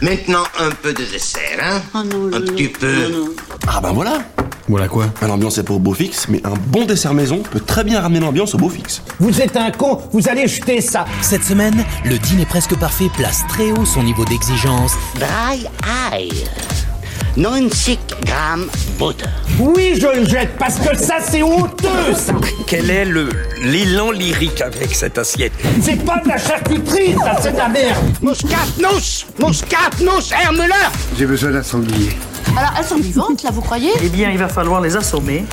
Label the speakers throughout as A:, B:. A: Maintenant, un peu de dessert, hein Un petit peu.
B: Ah ben voilà
C: Voilà quoi
B: Un ambiance est pour beau fixe, mais un bon dessert maison peut très bien ramener l'ambiance au beau fixe.
D: Vous êtes un con, vous allez jeter ça.
E: Cette semaine, le dîner presque parfait place très haut son niveau d'exigence
A: Dry eye. 90 grammes butter.
D: Oui, je le jette parce que ça c'est honteux ça.
F: Quel est le l'élan lyrique avec cette assiette
D: C'est pas de la charcuterie, ça c'est de la merde.
A: Moscatnos Moscatnos Hermeleur
G: Alors, elles sont vivantes, là, vous croyez
F: Eh bien, il va falloir les assommer.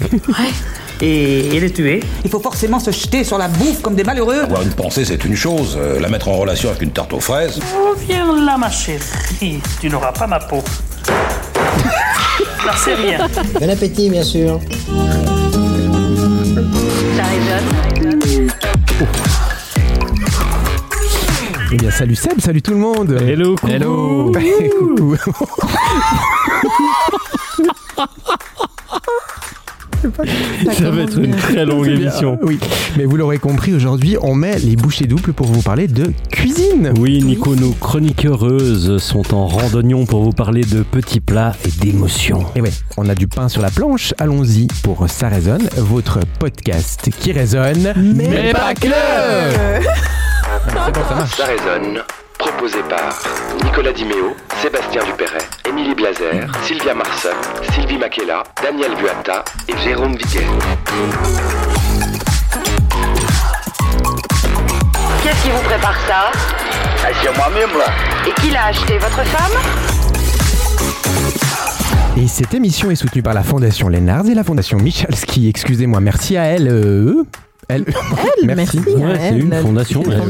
F: Et, les tuer.
E: Il faut forcément se jeter sur la bouffe comme des malheureux.
C: Avoir une pensée, c'est une chose. euh, la mettre en relation avec une tarte aux fraises.
F: Reviens Oh, là, ma chérie. Tu n'auras pas ma peau. Là, c'est rien.
D: Bon appétit, bien sûr.
H: Ça résonne.
I: Eh bien, salut Seb, salut tout le monde Hello Hello
J: Ça va être une très longue émission.
I: Eh Oui, mais vous l'aurez compris, aujourd'hui, on met les bouchées doubles pour vous parler de cuisine
J: Oui, Nico, nos chroniques heureuses sont en randonnion pour vous parler de petits plats et d'émotions.
I: Et Eh ouais, on a du pain sur la planche, allons-y pour Ça résonne, votre podcast qui résonne, mais, pas que Ah,
K: Ça résonne, proposé par Nicolas Diméo, Sébastien Dupéret, Émilie Blazer, Sylvia Marceau, Sylvie Makela, Daniel Buatta et Jérôme Viguet.
H: Qu'est-ce qui vous prépare ça
A: Ah, C'est moi-même, là.
H: Et qui l'a acheté Votre femme
I: Et cette émission est soutenue par la Fondation Lénards et la Fondation Michalski. Excusez-moi, merci à elle. euh, elle, merci.
J: Ouais, c'est une fondation. euh,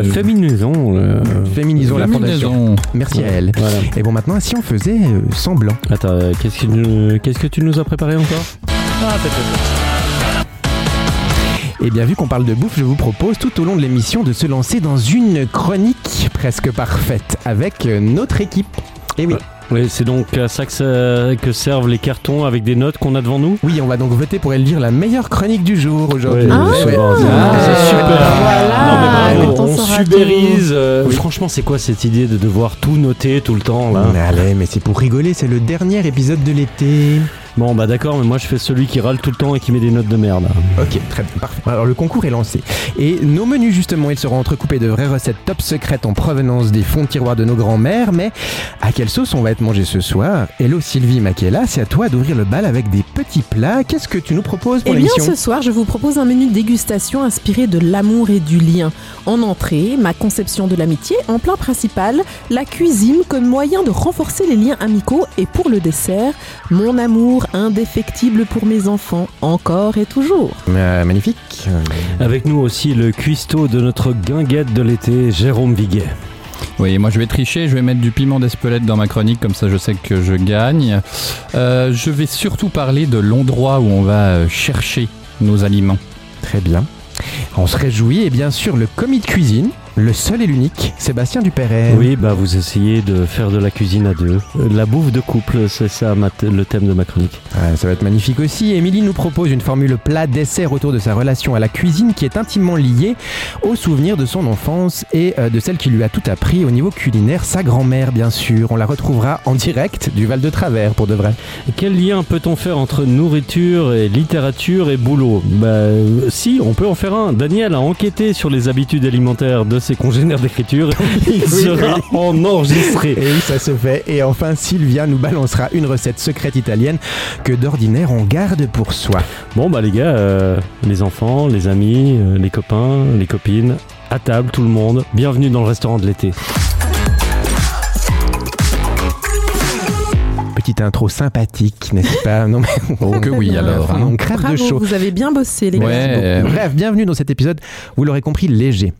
J: euh, Féminisons. euh,
I: Féminisons la Fondation. Merci à elle.
J: Voilà.
I: Et bon, maintenant, si on faisait euh, semblant
J: Attends, euh, qu'est-ce que, nous- qu'est-ce que tu nous as préparé encore
I: Eh bien, vu qu'on parle de bouffe, je vous propose tout au long de l'émission de se lancer dans une chronique presque parfaite avec euh, notre équipe. Et oui,
J: Euh. Oui, c'est donc à ça que, ça- que servent les cartons avec des notes qu'on a devant nous
I: oui, on va donc voter pour élire la meilleure chronique du jour aujourd'hui.
J: Ouais,
I: Ouais.
J: c'est bon, c'est-
I: Ah,
J: c'est super.
I: Voilà,
J: Non, mais bravo,
I: quand
J: on subérise. euh, Franchement, c'est quoi cette idée de devoir tout noter tout le temps là
I: Mais allez, mais c'est pour rigoler, c'est le dernier épisode de l'été.
J: Bon, bah d'accord, mais moi je fais celui qui râle tout le temps et qui met des notes de merde.
I: Ok, très bien, parfait. Alors le concours est lancé. Et nos menus justement, ils seront entrecoupés de vraies recettes top secrètes en provenance des fonds de tiroir de nos grands-mères. Mais à quelle sauce on va être mangé ce soir Hello Sylvie Makela, c'est à toi d'ouvrir le bal avec des petits plats. Qu'est-ce que tu nous proposes pour
G: Eh bien,
I: l'émission
G: ce soir, je vous propose un menu de dégustation inspiré de l'amour et du lien. En entrée, ma conception de l'amitié. En plein principal, la cuisine comme moyen de renforcer les liens amicaux. Et pour le dessert, mon amour indéfectible pour mes enfants, encore et toujours.
I: Euh, Magnifique. Euh,
J: Avec nous aussi le cuistot de notre guinguette de l'été, Jérôme Viguet.
E: Oui, moi je vais tricher, je vais mettre du piment d'Espelette dans ma chronique, comme ça je sais que je gagne. Euh, je vais surtout parler de l'endroit où on va euh, chercher nos aliments.
I: Très bien. On se réjouit et bien sûr le commis de cuisine, le seul et l'unique, Sébastien Dupéret.
J: Oui, bah vous essayez de faire de la cuisine à deux. Euh, La bouffe de couple, c'est ça ma th- le thème de ma chronique.
I: Ouais, ça va être magnifique aussi. Émilie nous propose une formule plat-dessert autour de sa relation à la cuisine qui est intimement liée aux souvenirs de son enfance et euh, de celle qui lui a tout appris au niveau culinaire, sa grand-mère bien sûr. On la retrouvera en direct du Val de Travers pour de vrai.
J: Quel lien peut-on faire entre nourriture et littérature et boulot Bah euh, si, on peut en faire un. Daniel a enquêté sur les habitudes alimentaires de ses congénères d'écriture. Il sera en enregistré.
I: Et oui, ça se fait. Et enfin, Sylvia nous balancera une recette secrète italienne que d'ordinaire on garde pour soi.
J: Bon bah les gars, euh, les enfants, les amis, euh, les copains, les copines, à table tout le monde, bienvenue dans le restaurant de l'été.
I: Petite intro sympathique, n'est-ce pas Non mais
B: Oh que oui alors. hein.
I: on crève de
G: Bravo,
I: chaud.
G: vous avez bien bossé, les gars.
B: Ouais,
I: Bref, bienvenue dans cet épisode, vous l'aurez compris, léger.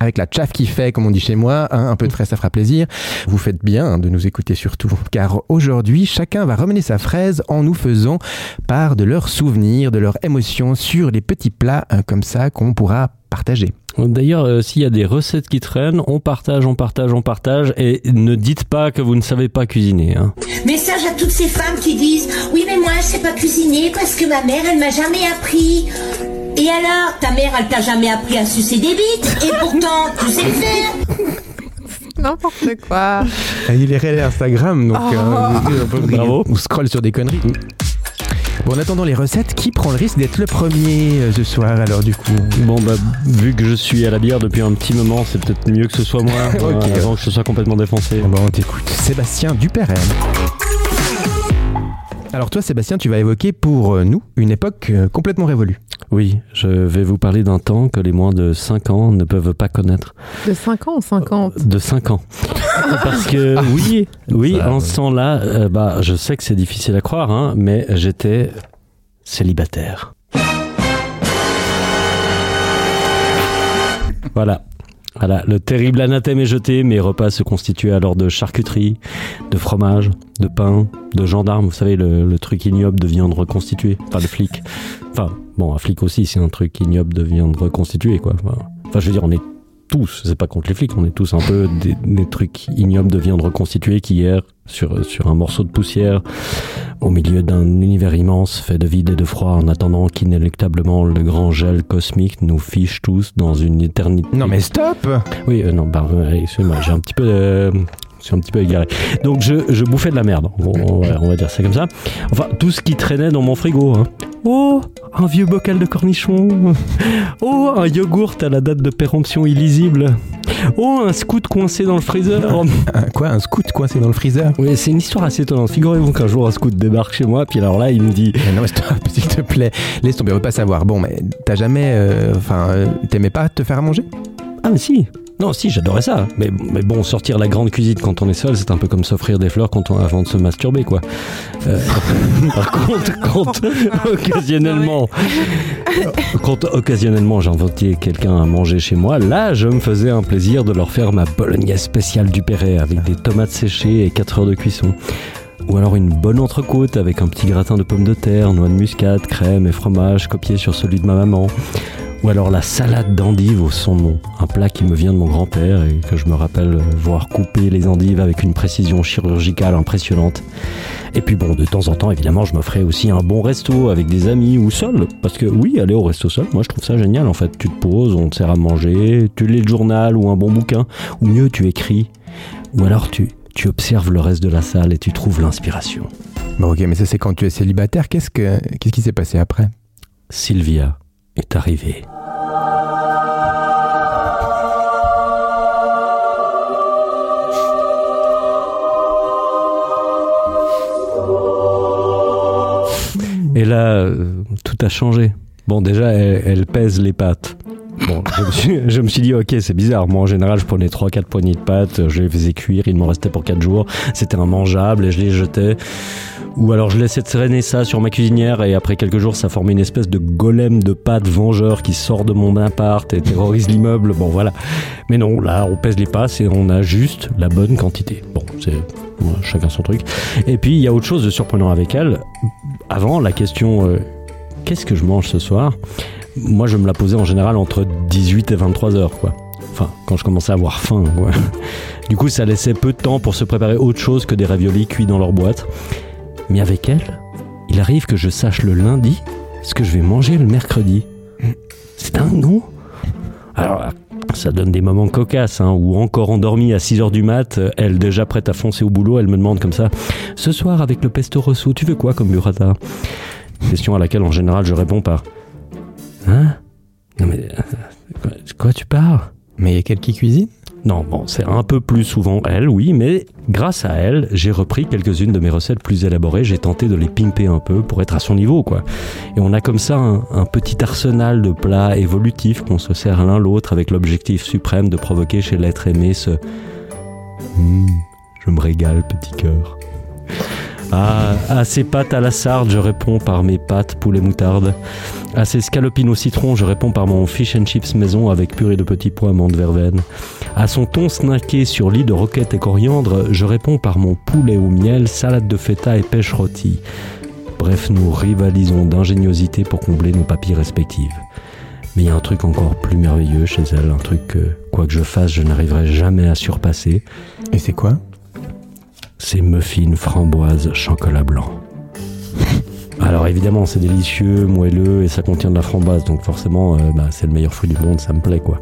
I: avec la tchaf qui fait, comme on dit chez moi, hein, un peu de frais, ça fera plaisir. Vous faites bien hein, de nous écouter surtout, car aujourd'hui, chacun va ramener sa fraise en nous faisant part de leurs souvenirs, de leurs émotions sur les petits plats hein, comme ça qu'on pourra partager.
J: D'ailleurs, euh, s'il y a des recettes qui traînent, on partage, on partage, on partage, et ne dites pas que vous ne savez pas cuisiner. hein.
L: Message à toutes ces femmes qui disent Oui, mais moi, je sais pas cuisiner parce que ma mère, elle m'a jamais appris. Et alors, ta mère, elle t'a jamais appris à sucer des bites, et pourtant, tu sais le faire.
G: N'importe quoi.
I: Ah, Il est réel Instagram, donc
G: Oh.
I: euh, on peut-
J: Bravo.
I: on scrolle sur des conneries. Bon, en attendant les recettes, qui prend le risque d'être le premier euh, ce soir alors du coup
J: Bon bah vu que je suis à la bière depuis un petit moment, c'est peut-être mieux que ce soit moi
I: Ok.
J: euh, avant que je sois complètement défoncé.
I: Bon, on t'écoute. Sébastien Dupéret. Alors toi Sébastien, tu vas évoquer pour euh, nous une époque euh, complètement révolue.
J: Oui, je vais vous parler d'un temps que les moins de 5 ans ne peuvent pas connaître. Euh,
G: De 5 ans ou 50
J: De 5 ans. Parce que Ah oui, oui, en ce temps-là, euh, bah, je sais que c'est difficile à croire, hein, mais j'étais célibataire. Voilà. Voilà, le terrible anathème est jeté, mes repas se constituaient alors de charcuterie, de fromage, de pain, de gendarme, vous savez, le, le truc ignoble de viande reconstituée, enfin de flic. Enfin, bon, un flic aussi, c'est un truc ignoble de viande reconstituée, quoi. Enfin, enfin, je veux dire, on est tous, c'est pas contre les flics, on est tous un peu des, des trucs ignobles de viande reconstituée qui errent sur, sur un morceau de poussière au milieu d'un univers immense fait de vide et de froid en attendant qu'inéluctablement le grand gel cosmique nous fiche tous dans une éternité.
I: Non mais stop
J: Oui, euh, non, bah, euh, excusez-moi, j'ai un petit peu... euh, je suis un petit peu égaré. Donc je, je bouffais de la merde, on, on va, on va dire ça comme ça. Enfin, tout ce qui traînait dans mon frigo. hein. Oh, un vieux bocal de cornichons. Oh, un yogourt à la date de péremption illisible. Oh, un scout coincé dans le freezer.
I: Quoi, un scout coincé dans le freezer
J: Oui, c'est une histoire assez étonnante. Figurez-vous qu'un jour un scout débarque chez moi, puis alors là, il me dit
I: Euh, non mais stop, s'il te plaît, laisse tomber, on veut pas savoir. Bon mais t'as jamais, euh, enfin, euh, t'aimais pas te faire à manger
J: Ah mais si non, si, j'adorais ça. Mais, mais bon, sortir la grande cuisine quand on est seul, c'est un peu comme s'offrir des fleurs quand on, avant de se masturber, quoi. Euh, par contre, quand occasionnellement, quand occasionnellement j'invitais quelqu'un à manger chez moi, là, je me faisais un plaisir de leur faire ma bolognaise spéciale du Perret avec des tomates séchées et 4 heures de cuisson. Ou alors une bonne entrecôte avec un petit gratin de pommes de terre, noix de muscade, crème et fromage copié sur celui de ma maman. Ou alors la salade d'endives au saumon, un plat qui me vient de mon grand-père et que je me rappelle euh, voir couper les endives avec une précision chirurgicale impressionnante. Et puis bon, de temps en temps, évidemment, je m'offrais aussi un bon resto avec des amis ou seul. Parce que oui, aller au resto seul, moi je trouve ça génial en fait. Tu te poses, on te sert à manger, tu lis le journal ou un bon bouquin. Ou mieux, tu écris. Ou alors tu, tu observes le reste de la salle et tu trouves l'inspiration.
I: Bon ok, mais ça c'est quand tu es célibataire, qu'est-ce que, qu'est-ce qui s'est passé après
J: Sylvia est arrivée. Et là, euh, tout a changé. Bon, déjà, elle, elle pèse les pâtes. Bon, je me suis, je me suis dit, ok, c'est bizarre. Moi, en général, je prenais 3-4 poignées de pâtes, je les faisais cuire, il m'en restait pour 4 jours. C'était immangeable et je les jetais. Ou alors, je laissais traîner ça sur ma cuisinière et après quelques jours, ça formait une espèce de golem de pâtes vengeur qui sort de mon appart et terrorise l'immeuble. Bon, voilà. Mais non, là, on pèse les pâtes et on a juste la bonne quantité. Bon, c'est ouais, chacun son truc. Et puis, il y a autre chose de surprenant avec elle. Avant, la question euh, qu'est-ce que je mange ce soir Moi, je me la posais en général entre 18 et 23 heures, quoi. Enfin, quand je commençais à avoir faim, quoi. Du coup, ça laissait peu de temps pour se préparer autre chose que des raviolis cuits dans leur boîte. Mais avec elle, il arrive que je sache le lundi ce que je vais manger le mercredi. C'est dingue, non Alors, ça donne des moments cocasses, hein, où encore endormie à 6h du mat, euh, elle déjà prête à foncer au boulot, elle me demande comme ça « Ce soir, avec le pesto rosso, tu veux quoi comme burrata ?» Question à laquelle, en général, je réponds par « Hein Non mais, euh, de quoi, de quoi tu parles ?»
I: Mais il y a quelqu'un qui cuisine
J: Non, bon, c'est un peu plus souvent elle, oui, mais grâce à elle, j'ai repris quelques-unes de mes recettes plus élaborées, j'ai tenté de les pimper un peu pour être à son niveau, quoi. Et on a comme ça un, un petit arsenal de plats évolutifs qu'on se sert l'un l'autre avec l'objectif suprême de provoquer chez Hum, l'être aimé ce Hmm, je me régale, petit cœur. Ah, à ses pâtes à la sarde, je réponds par mes pâtes poulet moutarde. À ses scalopines au citron, je réponds par mon fish and chips maison avec purée de petits pois amande verveine. À son thon snacké sur lit de roquette et coriandre, je réponds par mon poulet au miel, salade de feta et pêche rôtie. Bref, nous rivalisons d'ingéniosité pour combler nos papilles respectives. Mais il y a un truc encore plus merveilleux chez elle, un truc que, quoi que je fasse, je n'arriverai jamais à surpasser.
I: Et c'est quoi
J: C'est muffins framboise chocolat blanc. Alors évidemment, c'est délicieux, moelleux et ça contient de la framboise, donc forcément, euh, bah, c'est le meilleur fruit du monde, ça me plaît quoi.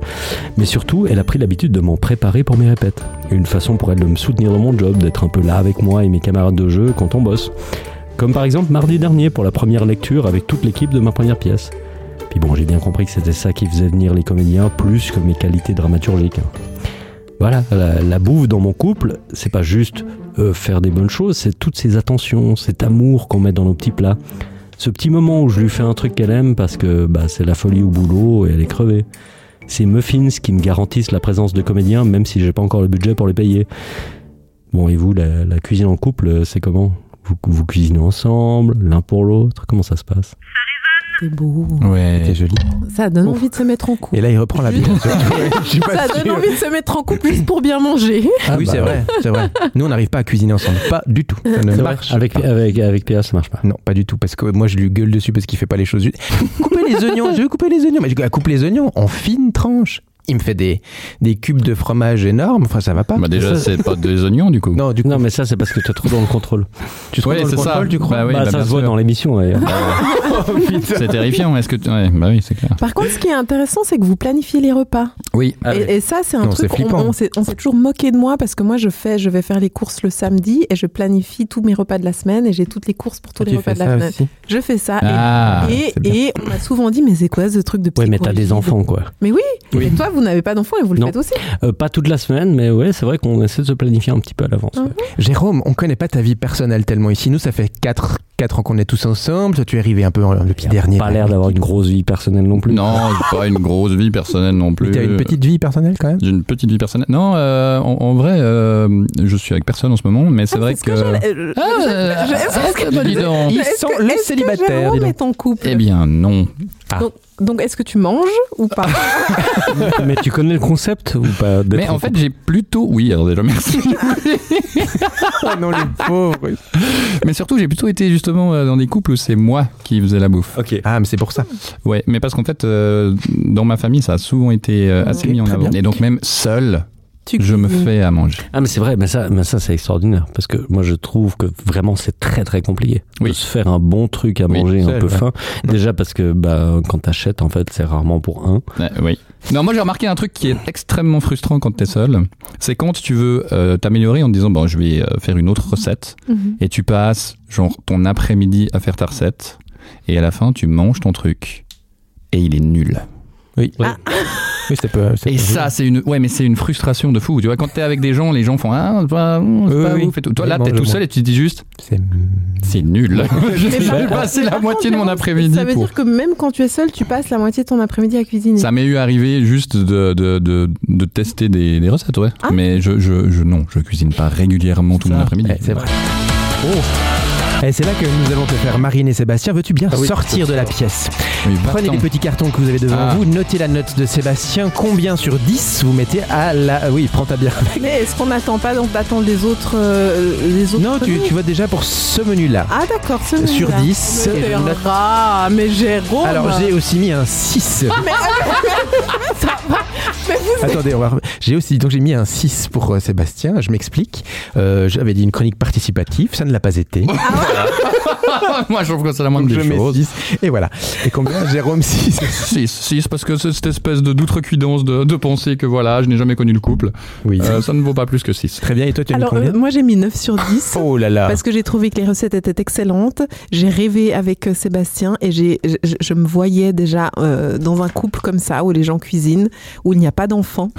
J: Mais surtout, elle a pris l'habitude de m'en préparer pour mes répètes. Une façon pour elle de me soutenir dans mon job, d'être un peu là avec moi et mes camarades de jeu quand on bosse. Comme par exemple mardi dernier pour la première lecture avec toute l'équipe de ma première pièce. Puis bon, j'ai bien compris que c'était ça qui faisait venir les comédiens plus que mes qualités dramaturgiques. hein. Voilà, la, la bouffe dans mon couple, c'est pas juste euh, faire des bonnes choses, c'est toutes ces attentions, cet amour qu'on met dans nos petits plats. Ce petit moment où je lui fais un truc qu'elle aime parce que bah, c'est la folie au boulot et elle est crevée. C'est muffins qui me garantissent la présence de comédiens même si j'ai pas encore le budget pour les payer. Bon, et vous, la, la cuisine en couple, euh, c'est comment vous, vous cuisinez ensemble, l'un pour l'autre, comment ça se passe
G: C'est beau.
J: Ouais. C'était joli.
G: Ça donne envie de se mettre en couple.
I: Et là, il reprend la bière.
G: Ça donne envie de se mettre en couple juste pour bien manger.
I: oui, c'est vrai, c'est vrai. Ah bah Nous, on n'arrive pas à cuisiner ensemble. Pas du tout. Ça ne
J: C'est
I: marche
J: vrai, avec,
I: pas.
J: Avec, avec Péa, ça marche pas.
I: Non, pas du tout. Parce que moi, je lui gueule dessus parce qu'il fait pas les choses. juste. Coupez les oignons, je vais couper les oignons. Mais je dis, Ah, coupe les oignons en fines tranches. Il me fait des, des cubes de fromage énormes. Enfin, ça va pas.
E: Bah déjà, c'est pas des oignons du coup.
I: Non, du coup.
J: Non, mais ça, c'est parce que tu es trop dans le contrôle.
I: Tu te
E: Ouais,
I: rends dans le
E: c'est ça.
I: contrôle, tu crois
E: Bah oui,
J: Bah,
E: bah,
J: ça
E: bien
J: se voit
E: sûr.
J: dans l'émission. ouais.
E: C'est terrifiant. Est-ce que tu... ouais, bah oui, c'est clair.
G: Par contre, ce qui est intéressant, c'est que vous planifiez les repas.
E: Oui.
I: Ah
G: Et, et ça, c'est un
E: Non,
G: truc.
E: c'est
G: On,
E: flippant.
G: on s'est on s'est toujours moqué de moi parce que moi, je fais, je vais faire les courses le samedi et je planifie tous mes repas de la semaine et j'ai toutes les courses pour tous
I: Ah,
G: les
I: tu
G: repas
I: fais
G: de la
I: ça
G: semaine.
I: aussi
G: Je fais ça. et-
J: Ah,
G: et
J: c'est bien.
G: et, on m'a souvent dit, mais c'est quoi ce truc de petit
J: Ouais, mais t'as
G: corrigé
J: des enfants, quoi.
G: Mais oui,
J: Oui.
G: mais toi, vous n'avez pas d'enfants et vous le faites aussi.
J: Euh, pas toute la semaine, mais ouais, c'est vrai qu'on essaie de se planifier un petit peu à l'avance.
G: Ah
J: ouais.
I: Jérôme, on connaît pas ta vie personnelle tellement ici. Nous, ça fait 4, ans qu'on est tous ensemble. Toi, tu es arrivé un peu en- le petit dernier.
J: Pas l'air d'avoir une grosse vie personnelle non plus.
E: Non, j'ai Oh, pas une grosse vie personnelle non plus.
I: Mais t'as
J: Euh,
I: une petite vie personnelle quand même
E: J'ai une petite vie personnelle. Non, euh, en, en vrai, euh, je suis avec personne en ce moment, mais c'est vrai
G: Ah,
E: que.
G: euh, Je- est-ce que-
E: bah, dis donc.
G: est-ce
I: Ils sont
G: que-
I: les
G: est-ce que
I: célibataires,
G: Jérôme
I: dis donc.
G: est en couple.
E: eh bien, non. Ah.
G: Donc, donc est-ce que tu manges ou pas
J: mais tu connais le concept ou pas d'être
E: Mais en fait, j'ai plutôt. Oui, alors déjà, merci.
I: Oh non, les pauvres.
E: mais surtout, j'ai plutôt été justement euh, dans des couples où c'est moi qui faisais la bouffe.
J: Ok.
I: Ah, mais c'est pour ça.
E: Ouais, mais parce qu'en fait, euh, dans ma famille, ça a souvent été euh, assez
I: Ok,
E: mis en
I: très
E: avant.
I: bien.
E: Et donc, même seul,
G: Tu
E: je me
G: cuisines.
E: fais à manger.
J: Ah mais c'est vrai, mais ça, mais ça c'est extraordinaire parce que moi je trouve que vraiment c'est très très compliqué de
E: Oui.
J: se faire un bon truc à
E: Oui,
J: manger un
I: seul,
J: peu
I: ouais.
J: faim. Déjà parce que bah quand t'achètes en fait c'est rarement pour un.
E: Ouais, Euh, oui. Non, moi j'ai remarqué un truc qui est extrêmement frustrant quand t'es seul. C'est quand tu veux euh, t'améliorer en te disant bon, je vais euh, faire une autre recette
G: Mhm.
E: et tu passes genre ton après-midi à faire ta recette et à la fin tu manges ton truc et il est nul.
I: Oui.
J: Ah.
I: Oui, c'est pas. c'est
E: Et
I: pas- hein
E: ça c'est une ouais mais c'est une frustration de fou. Tu vois quand t'es avec des gens, les gens font ah c'est pas, c'est
I: Oui,
E: pas
I: oui.
E: ouf et tout. Toi
I: Oui,
E: là
I: mange
E: t'es
I: le
E: tout
I: moins.
E: seul et tu te dis juste
I: C'est.
E: c'est nul. je
G: Mais par
E: vais
G: contre-
E: passer
G: mais
E: la
G: par contre,
E: moitié de mon
G: Jérôme,
E: après-midi
G: Ça veut
E: pour.
G: dire que même quand tu es seul, tu passes la moitié de ton après-midi à cuisiner.
E: Ça m'est eu arrivé juste de, de, de, de tester des, des recettes, ouais.
G: Ah.
E: Mais je, je, je, non, je cuisine pas régulièrement tout mon
I: Ça.
E: après-midi.
I: Ouais, c'est vrai. Et c'est là que nous allons te faire Marine et Sébastien. Veux-tu bien
J: Ah oui,
I: sortir de la pièce
E: Oui,
I: Prenez
E: va-t'en.
I: les petits cartons que vous avez devant
E: Ah.
I: vous, notez la note de Sébastien, combien sur 10 vous mettez à la... Ah Oui, prends ta bière.
G: Mais est-ce qu'on n'attend pas donc d'attendre les autres euh, les autres
I: Non, tu,
G: menus
I: tu vois déjà pour ce menu-là.
G: Ah d'accord, ce menu-là.
I: Sur 10,
G: Mais
I: et
G: t'es
I: je note-
G: rat, mais
E: Oh
G: Jérôme.
I: Alors j'ai aussi mis un 6.
G: Ah, Ça va. Mais vous
I: Attendez, on va... re- j'ai aussi donc j'ai mis un 6 pour euh, Sébastien, je m'explique. Euh, j'avais dit une chronique participative, ça ne l'a pas été.
E: Moi, je trouve que c'est la moindre
I: Ah Donc, je
E: des
I: mets
E: choses.
I: 6 et voilà. Et combien Jérôme 6
E: Si, si, c'est parce que c'est cette espèce de d'outrecuidance de, de penser que voilà, je n'ai jamais connu le couple,
I: Oui.
E: euh, ça ne vaut pas plus que 6.
I: Très bien et toi tu as
G: Alors
I: mis
G: euh,
I: combien
G: moi j'ai mis 9 sur 10.
I: Oh là là.
G: Parce que j'ai trouvé que les recettes étaient excellentes. J'ai rêvé avec euh, Sébastien et j'ai, je, je- je me voyais déjà euh, dans un couple comme ça où les gens cuisinent, où il n'y a pas d'enfants.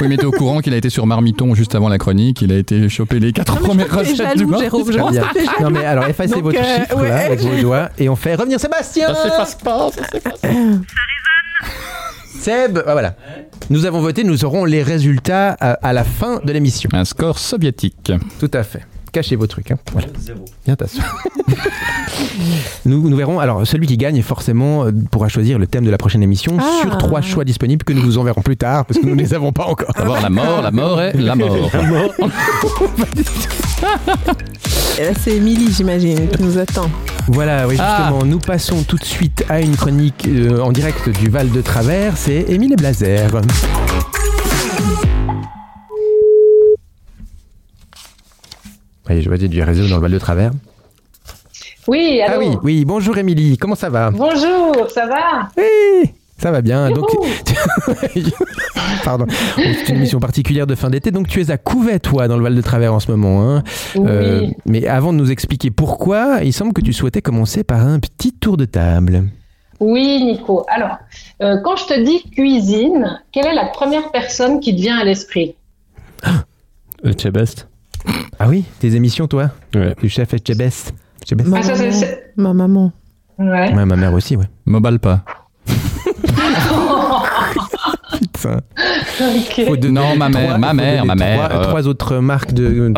E: Oui, mais t'es au courant qu'il a été sur Marmiton juste avant la chronique, il a été choper les quatre
G: Non, mais je
E: premières
G: crois que t'es
E: recettes du
G: jaloux,
E: bar.
G: Jérôme,
I: Très
G: Jérôme,
I: bien.
G: ça fait jaloux.
I: Non mais alors effacez
G: Donc,
I: votre
G: euh,
I: chiffre
G: ouais.
I: là, avec vos doigts et on fait revenir Sébastien.
E: Ça s'efface pas, ça s'efface pas.
I: Seb, ah, voilà. Nous avons voté, nous aurons les résultats à, à la euh, fin de l'émission.
G: Ah
E: Un score soviétique.
I: Tout à fait. cacher vos trucs. Hein. Voilà. Bien t'as nous, nous verrons. Alors, celui qui gagne, forcément, euh, pourra choisir le thème de la prochaine émission
G: Ah.
I: sur trois choix disponibles que nous vous enverrons plus tard parce que nous ne les avons pas encore.
E: D'abord la mort, la mort et la mort.
I: La mort.
G: Et là, c'est Émilie, j'imagine, qui nous attend.
I: Voilà, oui,
G: Ah.
I: justement, nous passons tout de suite à une chronique euh, en direct du Val de Travers. C'est Émile et Blazer. Oui, je vois, il y a du réseau dans le Val de Travers.
M: Oui,
I: Ah
M: allô
I: oui, oui, bonjour Émilie, comment ça va
M: Bonjour, ça va
I: Oui, ça va bien. Donc,
M: Youhou
I: pardon, c'est une émission particulière de fin d'été. Donc, tu es à Couvet, toi, dans le Val de Travers en ce moment. hein. Euh, mais avant de nous expliquer pourquoi, il semble que tu souhaitais commencer par un petit tour de table.
M: Oui, Nico. Alors, euh, quand je te dis cuisine, quelle est la première personne qui te vient à l'esprit
J: Euh,
I: Chebest. Ah oui, tes émissions, toi Le chef et Chebest. Chebest.
M: Ah, ça, c'est- c'est-
G: Ma maman.
M: Ouais.
I: Ouais, ma mère aussi, ouais.
E: M'emballe pas.
I: Putain.
M: Ok.
I: Faut donner
E: Non, ma
I: trois-
E: mère, ma
I: faut
E: mère,
I: donner
E: ma mère,
I: Trois,
E: euh.
I: trois autres marques de. de-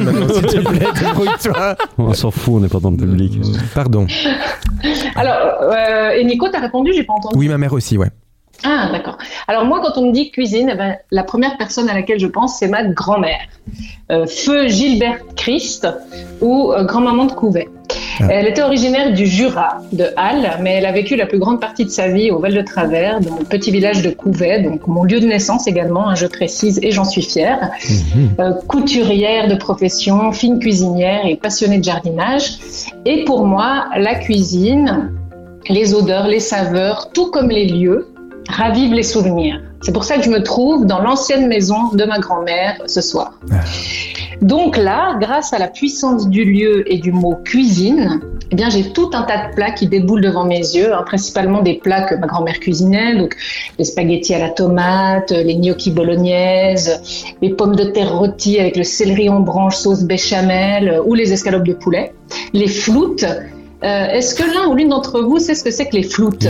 I: maintenant, s'il te plaît, débrouille-toi.
J: On s'en fout, on n'est pas dans le public.
I: Pardon.
M: Euh, Alors, euh, et Nico, t'as répondu, j'ai pas entendu.
I: Oui, ma mère aussi, ouais.
M: Ah, d'accord. Alors moi, quand on me dit cuisine, eh ben, la première personne à laquelle je pense, c'est ma grand-mère. Euh, feu Gilbert Christ ou euh, grand-maman de Couvet. Elle était originaire du Jura, de Halle, mais elle a vécu la plus grande partie de sa vie au Val de Travers, dans le petit village de Couvet, donc mon lieu de naissance également, hein, je précise, et j'en suis fière. Euh, couturière de profession, fine cuisinière et passionnée de jardinage. Et pour moi, la cuisine, les odeurs, les saveurs, tout comme les lieux, ravivent les souvenirs. C'est pour ça que je me trouve dans l'ancienne maison de ma grand-mère ce soir. Donc là, grâce à la puissance du lieu et du mot cuisine, eh bien j'ai tout un tas de plats qui déboulent devant mes yeux, hein, principalement des plats que ma grand-mère cuisinait, donc les spaghettis à la tomate, les gnocchis bolognaises, les pommes de terre rôties avec le céleri en branche sauce béchamel euh, ou les escalopes de poulet, les floutes. Euh, Est-ce que l'un ou l'une d'entre vous sait ce que c'est que les floutes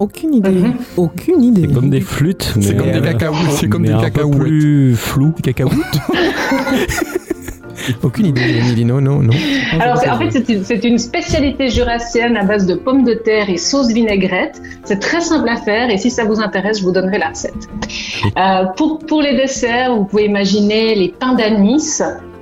G: Aucune idée.
M: Mhm.
G: Aucune idée. C'est
J: comme des flûtes.
I: C'est
J: mais,
I: comme des
J: euh,
I: cacahuètes, c'est comme
J: mais
I: des
J: un peu
I: cacahuètes.
J: plus flou.
I: Cacahuètes Aucune idée, Émilie, non, non, non.
M: Alors, c'est- en fait, c'est une, c'est une spécialité jurassienne à base de pommes de terre et sauce vinaigrette. C'est très simple à faire et si ça vous intéresse, je vous donnerai la recette. Euh, pour, pour les desserts, vous pouvez imaginer les pains d'anis.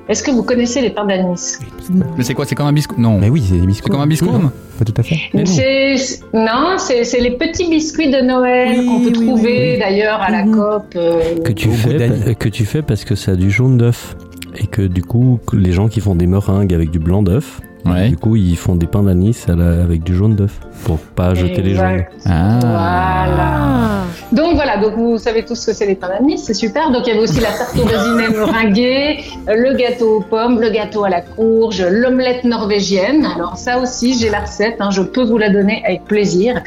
M: Est-ce que vous connaissez les pains d'anis
E: Mais c'est quoi C'est comme un biscuit Non. Mais
I: oui, c'est des biscuits.
E: C'est comme un biscuit
I: Pas tout à fait.
M: C'est- Non, c'est c'est les petits biscuits de Noël qu'on peut trouver d'ailleurs à la COP. euh,
J: que tu, fais, pa- que tu fais parce que ça a du jaune d'œuf. Et que du coup, que les gens qui font des meringues avec du blanc d'œuf, du coup, ils font des pains d'anis à la- avec du jaune d'œuf pour pas jeter les jaunes.
M: Exact.
E: Ah.
M: Donc voilà, donc vous savez tous ce que c'est les pains d'anis, c'est super. Donc il y avait aussi la tarte aux raisins meringuée, le gâteau aux pommes, le gâteau à la courge, l'omelette norvégienne. Alors ça aussi, j'ai la recette, hein, je peux vous la donner avec plaisir.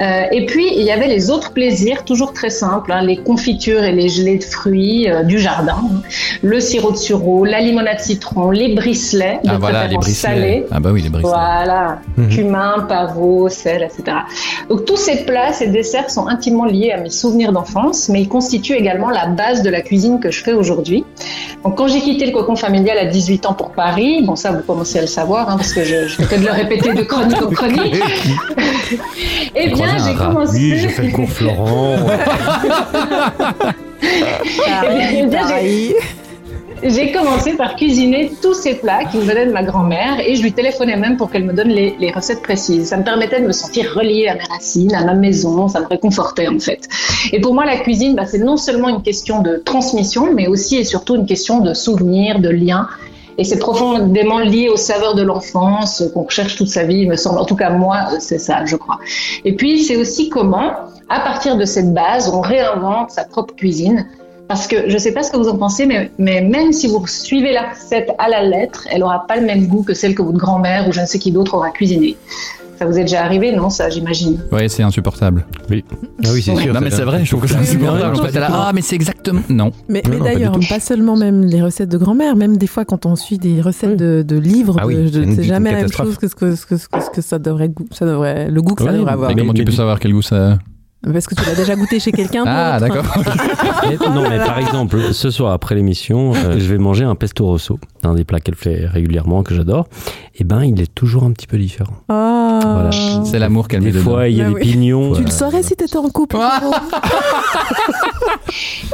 M: Euh, et puis il y avait les autres plaisirs, toujours très simples, hein, les confitures et les gelées de fruits euh, du jardin, hein. le sirop de sureau, la limonade citron, les bricelets, de
E: Ah voilà, les
M: préférence
E: bricelets.
M: salés.
E: Ah bah oui, les bricelets.
M: Voilà,
E: Mhm.
M: cumin, pavot, sel, etc. Donc tous ces plats, ces desserts sont intimement liés à mes souvenirs d'enfance, mais ils constituent également la base de la cuisine que je fais aujourd'hui. Donc quand j'ai quitté le cocon familial à 18 ans pour Paris, bon ça vous commencez à le savoir, hein, parce que je, je fais que de le répéter de chronique en chronique, eh bien j'ai commencé...
J: cours Florent.
M: Eh bien, j'ai- J'ai commencé par cuisiner tous ces plats qui me venaient de ma grand-mère et je lui téléphonais même pour qu'elle me donne les, les recettes précises. Ça me permettait de me sentir reliée à mes racines, à ma maison, ça me réconfortait en fait. Et pour moi, la cuisine, bah, c'est non seulement une question de transmission, mais aussi et surtout une question de souvenirs, de liens. Et c'est profondément lié aux saveurs de l'enfance euh, qu'on recherche toute sa vie, il me semble. En tout cas, moi, euh, c'est ça, je crois. Et puis, c'est aussi comment, à partir de cette base, on réinvente sa propre cuisine. Parce que je ne sais pas ce que vous en pensez, mais, mais même si vous suivez la recette à la lettre, elle n'aura pas le même goût que celle que votre grand-mère ou je ne sais qui d'autre aura cuisinée. Ça vous est déjà arrivé, non Ça, j'imagine.
E: Ouais, c'est insupportable.
J: Oui.
E: Ah oui,
J: c'est sûr,
E: Non, mais
J: ça-
E: c'est vrai, je trouve que c'est
J: Oui, oui,
E: insupportable.
J: oui,
E: En fait,
J: non,
E: là,
J: c'est
E: ah,
J: pas-
E: mais c'est exactement. Non.
G: Mais, mais d'ailleurs, pas, seulement même les recettes de grand-mère, même des fois quand on suit des recettes de, de livres,
E: Ah oui,
G: de- de-
E: c'est une-
G: c'est
E: une
G: jamais la même
E: catastrophe.
G: chose que, ce que, ce que, ce que- ce que ça, devrait, goût- ça devrait, le goût que ça devrait avoir.
E: Mais comment tu peux savoir quel goût ça
G: Parce que tu l'as déjà goûté chez quelqu'un d'autre.
J: Ah, d'accord.
G: Mais-
J: non, mais par exemple, ce soir après l'émission, euh, je vais manger un pesto rosso, un des plats qu'elle fait régulièrement, que j'adore. Et ben, il est toujours un petit peu différent.
G: Oh.
J: Voilà.
E: C'est l'amour qu'elle
J: Des
E: met dedans. Ah.
J: fois, il y a
G: Bah
J: des
G: oui.
J: pignons.
G: Tu le
J: Euh,
G: saurais si t'étais en couple. Thibaut.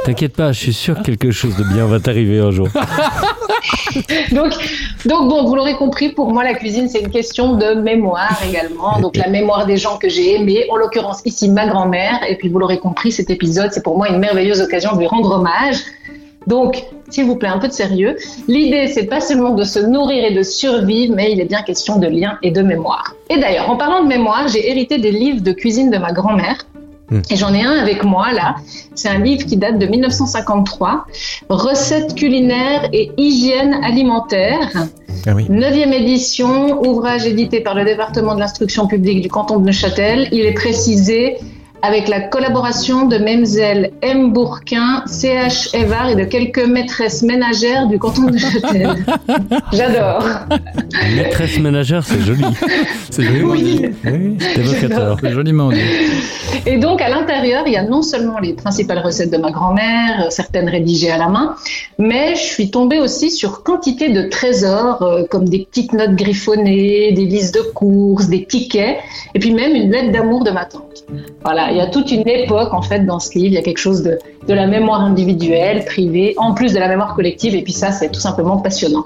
J: T'inquiète pas, je suis sûr que quelque chose de bien va t'arriver un jour.
M: donc, donc bon, vous l'aurez compris, pour moi la cuisine c'est une question de mémoire également. Donc la mémoire des gens que j'ai aimés, en l'occurrence ici ma grand-mère. Et puis vous l'aurez compris, cet épisode c'est pour moi une merveilleuse occasion de lui rendre hommage. Donc s'il vous plaît un peu de sérieux. L'idée c'est pas seulement de se nourrir et de survivre, mais il est bien question de lien et de mémoire. Et d'ailleurs en parlant de mémoire, j'ai hérité des livres de cuisine de ma grand-mère. Et j'en ai un avec moi là. C'est un livre qui date de 1953. Recettes culinaires et hygiène alimentaire.
I: Ah oui.
M: 9e édition, ouvrage édité par le département de l'instruction publique du canton de Neuchâtel. Il est précisé avec la collaboration de Memzel M. Bourquin, CH Evard et de quelques maîtresses ménagères du canton de Neuchâtel. J'adore.
J: Maîtresse ménagère, c'est joli.
E: C'est joliment
M: Oui.
E: dit.
J: C'est évocateur.
E: C'est joliment dit.
M: Et donc, à l'intérieur, il y a non seulement les principales recettes de ma grand-mère, euh, certaines rédigées à la main, mais je suis tombée aussi sur quantité de trésors, euh, comme des petites notes griffonnées, des listes de courses, des tickets, et puis même une lettre d'amour de ma tante. Voilà, il y a toute une époque, en fait, dans ce livre. Il y a quelque chose de, de la mémoire individuelle, privée, en plus de la mémoire collective, et puis ça, c'est tout simplement passionnant.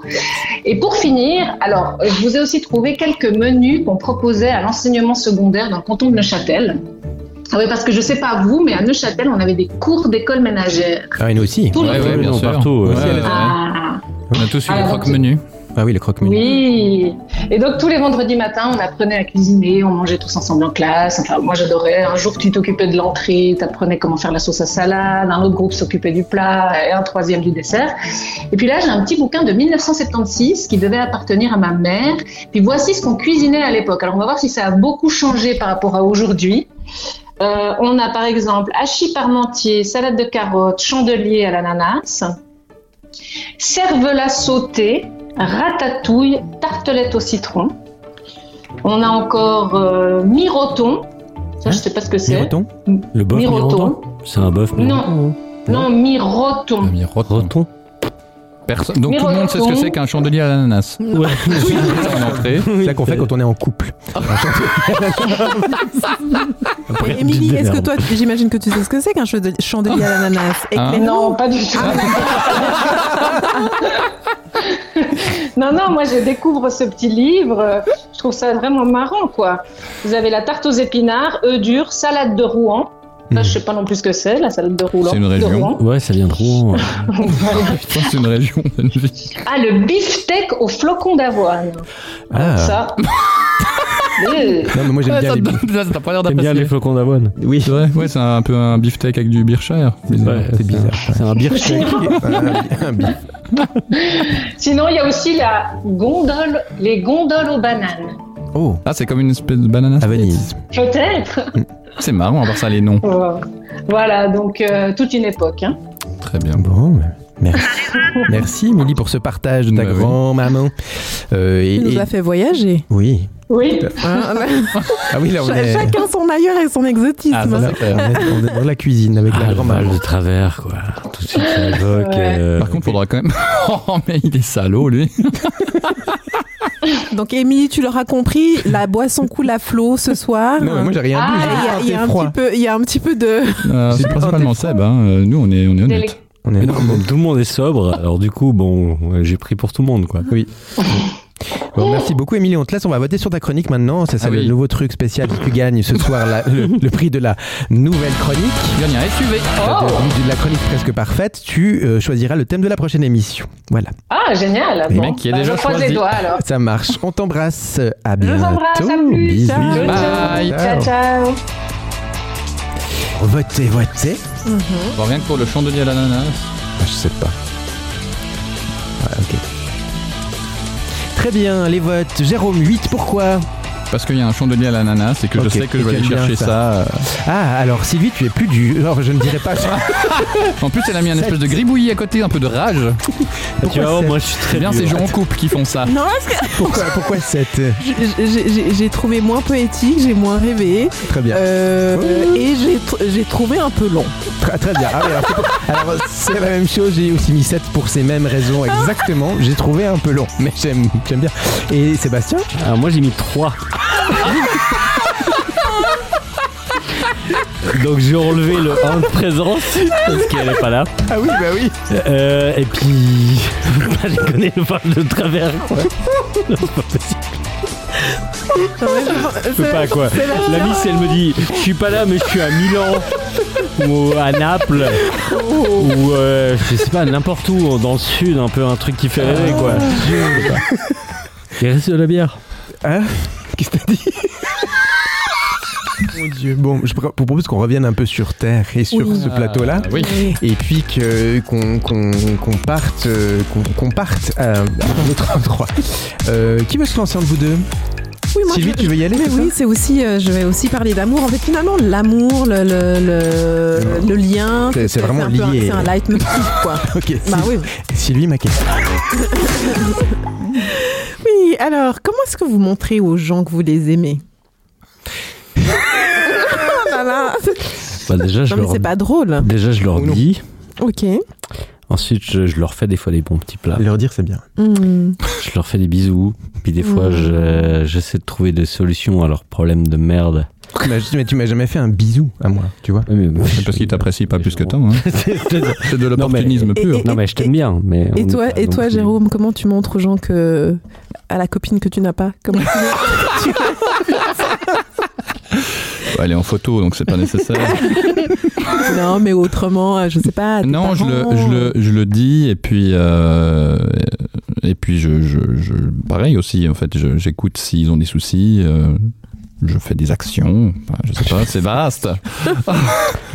M: Et pour finir, alors, euh, je vous ai aussi trouvé quelques menus qu'on proposait à l'enseignement secondaire dans le canton de Neuchâtel. Ah oui, parce que je sais pas vous, mais à Neuchâtel, on avait des cours d'école ménagère.
I: Ah, et nous aussi.
M: Tout le
E: Ouais,
M: monde.
E: ouais, bien
J: Non,
E: sûr.
J: partout, ouais.
E: Ouais, ouais, ouais.
M: Ah,
E: On a tous eu le
M: Alors,
E: croque-menu.
I: Ah oui, le croque-menu.
M: oui. Et donc tous les vendredis matins, on apprenait à cuisiner, on mangeait tous ensemble en classe. Enfin, moi j'adorais. Un jour, tu t'occupais de l'entrée, t'apprenais comment faire la sauce à salade. Un autre groupe s'occupait du plat et un troisième du dessert. Et puis là, j'ai un petit bouquin de 1976 qui devait appartenir à ma mère. Puis voici ce qu'on cuisinait à l'époque. Alors on va voir si ça a beaucoup changé par rapport à aujourd'hui. Euh, on a par exemple hachis parmentier, salade de carottes, chandelier à l'ananas, cervelas sauté, ratatouille, tartelette au citron. On a encore euh, miroton. Ça, je sais pas ce que c'est.
I: Miroton
J: Le bœuf
M: Miroton.
J: miroton C'est un bœuf
M: Non. Non,
E: Ah,
M: miroton.
J: Roton.
E: Personne- Donc tout le
M: Miroton.
E: monde sait ce que c'est qu'un chandelier à l'ananas.
J: Ouais.
E: En entrée.
I: C'est ça qu'on fait quand on est en couple.
G: Et Émilie, est-ce que toi, j'imagine que tu sais ce que c'est qu'un chande- chandelier à l'ananas Éclaire-
M: Non, pas du tout. non, non, moi je découvre ce petit livre. euh, Je trouve ça vraiment marrant, quoi. Vous avez la tarte aux épinards, œufs durs, salade de Rouen. Ça, je sais pas non plus ce que c'est, la salade de Rouen.
E: Mhm. C'est une
M: de
E: région.
M: Rouen.
J: Ouais, ça vient de Rouen.
E: Putain, c'est une région.
M: Ah, le beefsteak au flocon d'avoine.
I: Ah.
M: Ça. Euh,
I: Non, mais moi j'aime
E: Ouais,
I: bien
E: ça
I: les
E: te donne- ça, ça a pas l'air
J: T'aimes bien les
E: d'apprécier.
J: flocons d'avoine
I: Oui,
E: C'est vrai, ouais, c'est un peu un beefsteak avec du birchère.
J: Ouais,
I: c'est bizarre.
J: C'est un beer shake.
I: Un bif.
M: Sinon, il y a aussi la gondole, les gondoles aux bananes.
I: Oh,
E: Ah, c'est comme une espèce de banana.
I: à Venise.
M: Peut-être.
E: C'est marrant à voir ça, les noms.
M: Voilà, donc euh, toute une époque. hein.
E: Très bien.
I: Bon, merci. Merci, Émilie, pour ce partage de ta
E: Bah oui.
I: grand-maman. Euh, et-
G: Tu nous
I: et-
G: as fait voyager.
I: Oui.
M: Oui.
G: Hein,
I: Ah oui, là on
G: cha-
I: est.
G: Chacun son ailleurs et son exotisme.
E: Ah, ça,
I: Là,
E: c'est clair.
I: on est- on est dans la cuisine avec
J: Ah,
I: la
J: le mal
I: grand-maman.
J: de travers, quoi. Tout de suite, ça évoque.
M: Ouais.
J: euh,
E: Par contre, faudra quand même. Oh, mais il est salaud, lui.
G: Donc, Émilie, tu l'auras compris, la boisson coule à flot ce soir.
I: Non, mais moi j'ai rien
G: Ah, il
I: dit.
G: y a-
I: j'ai
G: il y, a
I: un
G: un
I: froid.
G: petit peu- il y a un petit peu de.
E: Euh,
I: C'est
E: c'est principalement
I: pas
E: Seb. Hein. Euh, Nous, on est, on est
M: Délé-
E: honnête.
I: On est...
J: Mais non, bon, tout le monde est sobre, alors du coup, bon, ouais, j'ai pris pour tout le monde, quoi.
I: Oui. Bon, merci beaucoup, Émilie. On te laisse. On va voter sur ta chronique maintenant. C'est ça,
E: Ah
I: le
E: oui.
I: nouveau truc spécial. Tu gagnes ce soir la- le, le prix de la nouvelle chronique.
E: Il gagne un SUV.
I: De, de la chronique presque parfaite. Tu euh, choisiras le thème de la prochaine émission. Voilà.
M: Ah, génial.
E: Le
M: bon.
E: mec qui est
M: Bah,
E: déjà
M: je croise
E: choisi.
M: les doigts alors.
I: Ça marche. On t'embrasse. À
M: Je
I: bientôt.
M: vous embrasse, à plus.
I: Bisous.
M: Ciao,
E: Bye.
M: Ciao, ciao.
I: Votez, votez.
E: Bon, rien que pour le chandelier à l'ananas.
I: Ah, Je sais pas. Ah, Ouais, ok. Très bien, les votes. Jérôme 8, pourquoi
E: Parce qu'il y a un chandelier à l'ananas et que
I: Ok,
E: je sais que
I: et
E: je vais aller
I: t'aimes bien
E: chercher
I: ça.
E: ça.
I: Ah, alors Sylvie, tu es plus du. Alors, je ne dirais pas ça.
E: en plus, elle a mis un espèce de gribouillis à côté, un peu de rage.
I: Tu vois, moi, je suis
E: C'est
I: très
E: bien,
I: dur.
E: ces gens en couple qui font ça.
G: Non, parce que-
I: Pourquoi, pourquoi 7
G: J'ai- j'ai- j'ai- J'ai trouvé moins poétique, j'ai moins rêvé.
I: Très bien.
G: Euh, et j'ai tr- j'ai trouvé un peu long.
I: Très, très bien. Ah oui, alors, c'est pour- alors, c'est la même chose, j'ai aussi mis 7 pour ces mêmes raisons exactement. J'ai trouvé un peu long, mais j'aime j'aime bien. Et Sébastien
J: Alors moi j'ai mis 3. Donc j'ai enlevé le 1 de présence parce qu'elle est pas là.
I: Ah oui, bah oui.
J: Euh, et puis je connais le parle de travers. quoi. C'est pas possible. Je peux pas quoi. La miss elle me dit je suis pas là mais je suis à Milan ou à Naples
I: Oh.
J: ou euh, je sais pas n'importe où dans le sud un peu un truc qui fait rêver quoi. Je sais pas. Il reste de la bière.
I: Hein Qu'est-ce que t'as dit Mon Dieu. Bon, je pro- vous propose qu'on revienne un peu sur Terre et sur
E: Oui.
I: ce plateau-là.
E: Ah, oui.
I: Et puis que- qu'on qu'on- qu'on parte, euh, qu'on qu'on parte à un autre endroit. Euh, qui veut se lancer entre vous deux
G: Oui, moi,
I: Sylvie,
G: je-
I: tu veux y aller
G: Mais
I: c'est ça
G: oui, c'est aussi, euh, je vais aussi parler d'amour. En fait, finalement, l'amour, le, le, le- le lien,
I: C'est- c'est vraiment
G: un peu un-
I: lié.
G: C'est un leitmotiv, quoi.
I: Ok.
G: Bah oui.
I: Sylvie Maquet.
G: Oui, alors, comment est-ce que vous montrez aux gens que vous les aimez Ah là là.
N: Bah, déjà, je
G: Non, mais
N: leur-
G: c'est pas drôle.
N: Déjà, je leur dis.
G: Ok.
N: Ensuite, je, je leur fais des fois des bons petits plats.
I: Ah, Leur dire, c'est bien.
G: Hmm.
N: Je leur fais des bisous. Puis des fois,
G: Mm.
N: je- j'essaie de trouver des solutions à leurs problèmes de merde.
I: Tu m'as- Mais tu m'as jamais fait un bisou à moi, tu vois.
E: parce qu'ils t'apprécient pas plus que toi. hein. C'est de l'opportunisme
G: mais-
E: pur.
G: et- Non, mais
N: je t'aime bien. Mais
G: Et toi, et toi Jérôme, comment tu montres aux gens que. à la copine que tu n'as pas Comment tu-
E: Elle est en photo, donc c'est pas nécessaire.
G: Non, mais autrement, euh, je sais pas. à tes
E: Non, je le,
G: parents.
E: je, le, je le dis et puis euh, et puis je, je, je- pareil aussi en fait je- j'écoute s'ils ont des soucis euh, je fais des actions enfin, je sais pas c'est vaste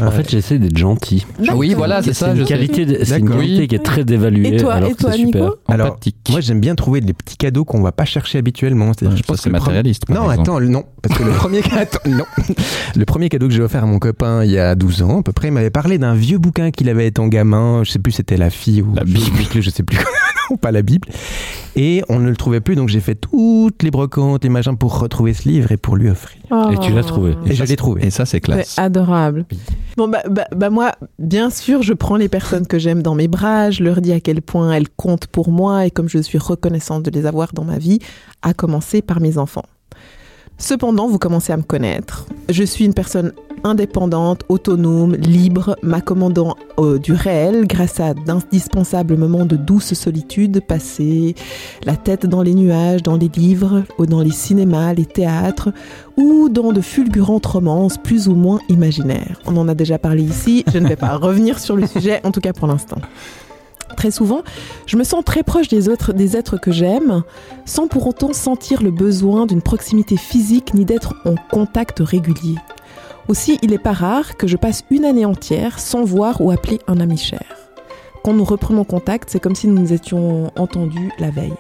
N: En fait, j'essaie d'être gentil.
E: Ah oui, voilà, c'est ça,
N: une
E: je sais.
N: qualité, de- c'est une
E: D'accord.
N: qualité
E: Oui.
N: qui est très dévaluée. alors que c'est super.
I: Alors, moi j'aime bien trouver des petits cadeaux qu'on va pas chercher habituellement. C'est-à-dire, je pense que
E: c'est
I: le premier-
E: matérialiste, par
I: Non,
E: exemple.
I: attends, le- non, parce que le premier cadeau, non, le premier cadeau que j'ai offert à mon copain il y a 12 ans, à peu près, il m'avait parlé d'un vieux bouquin qu'il avait étant gamin. Je sais plus, c'était la fille ou la Bible, je sais plus. Non, pas la Bible. Et on ne le trouvait plus, donc j'ai fait toutes les brocantes, les machins pour retrouver ce livre et pour lui offrir.
G: Oh. Et tu l'as trouvé.
I: Et, je l'ai trouvé.
E: Et ça, c'est
G: C'est adorable. Bon, bah, bah, bah, moi, bien sûr, je prends les personnes que j'aime dans mes bras, je leur dis à quel point elles comptent pour moi et comme je suis reconnaissante de les avoir dans ma vie, à commencer par mes enfants. Cependant, vous commencez à me connaître. Je suis une personne indépendante, autonome, libre, m'accommodant euh, du réel grâce à d'indispensables moments de douce solitude passés la tête dans les nuages, dans les livres, ou dans les cinémas, les théâtres, ou dans de fulgurantes romances plus ou moins imaginaires. On en a déjà parlé ici, je ne vais pas revenir sur le sujet, en tout cas pour l'instant. Très souvent, je me sens très proche des autres, des êtres que j'aime, sans pour autant sentir le besoin d'une proximité physique ni d'être en contact régulier. Aussi, il n'est pas rare que je passe une année entière sans voir ou appeler un ami cher. Quand nous reprenons contact, c'est comme si nous nous étions entendus la veille.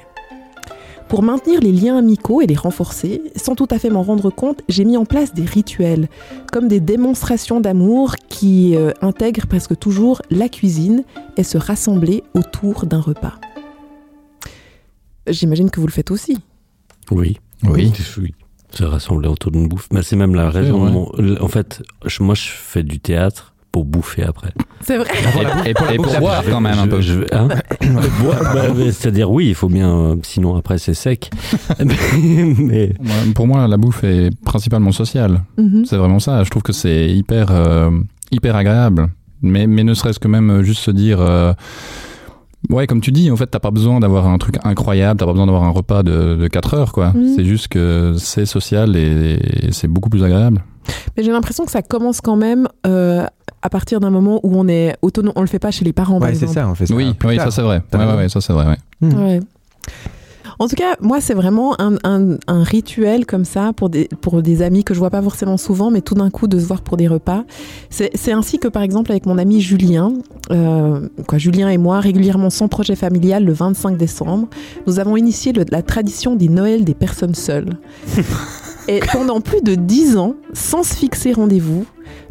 G: Pour maintenir les liens amicaux et les renforcer, sans tout à fait m'en rendre compte, j'ai mis en place des rituels, comme des démonstrations d'amour qui euh, intègrent presque toujours la cuisine et se rassembler autour d'un repas. J'imagine que vous le faites aussi.
N: Oui.
J: ah.
E: Oui.
N: Se rassembler autour d'une bouffe. Mais c'est même la raison.
E: ouais.
N: de mon- En fait, je- moi, je fais du théâtre pour bouffer après.
G: C'est vrai.
E: et, et pour, et pour boire quand même un peu
N: Je vais- hein Boire, bah, mais C'est-à-dire, oui, il faut bien. euh, sinon, après, c'est sec. mais
E: Moi, pour moi la bouffe est principalement sociale
G: Mhm.
E: c'est vraiment ça je trouve que c'est hyper euh, hyper agréable mais mais ne serait-ce que même euh, juste se dire euh, Ouais, comme tu dis, en fait, t'as pas besoin d'avoir un truc incroyable, t'as pas besoin d'avoir un repas de, de 4 heures, quoi.
G: Mhm.
E: C'est juste que c'est social et, et c'est beaucoup plus agréable.
G: Mais j'ai l'impression que ça commence quand même euh, à partir d'un moment où on est autonome, on le fait pas chez les parents. par
I: Ouais, c'est
G: exemple.
I: ça, on fait ça.
E: oui,
I: plus
E: oui,
I: tard.
E: ça c'est vrai.
I: T'as
E: Ouais,
I: raison.
E: ouais, ouais, ça c'est vrai. ouais.
G: Ouais. En tout cas, moi, c'est vraiment un, un- un rituel comme ça pour des, pour des amis que je vois pas forcément souvent, mais tout d'un coup de se voir pour des repas. C'est c'est ainsi que, par exemple, avec mon ami Julien, euh, quoi, Julien et moi, régulièrement sans projet familial, le 25 décembre, nous avons initié le- la tradition des Noëls des personnes seules. Et pendant plus de 10 ans, sans se fixer rendez-vous,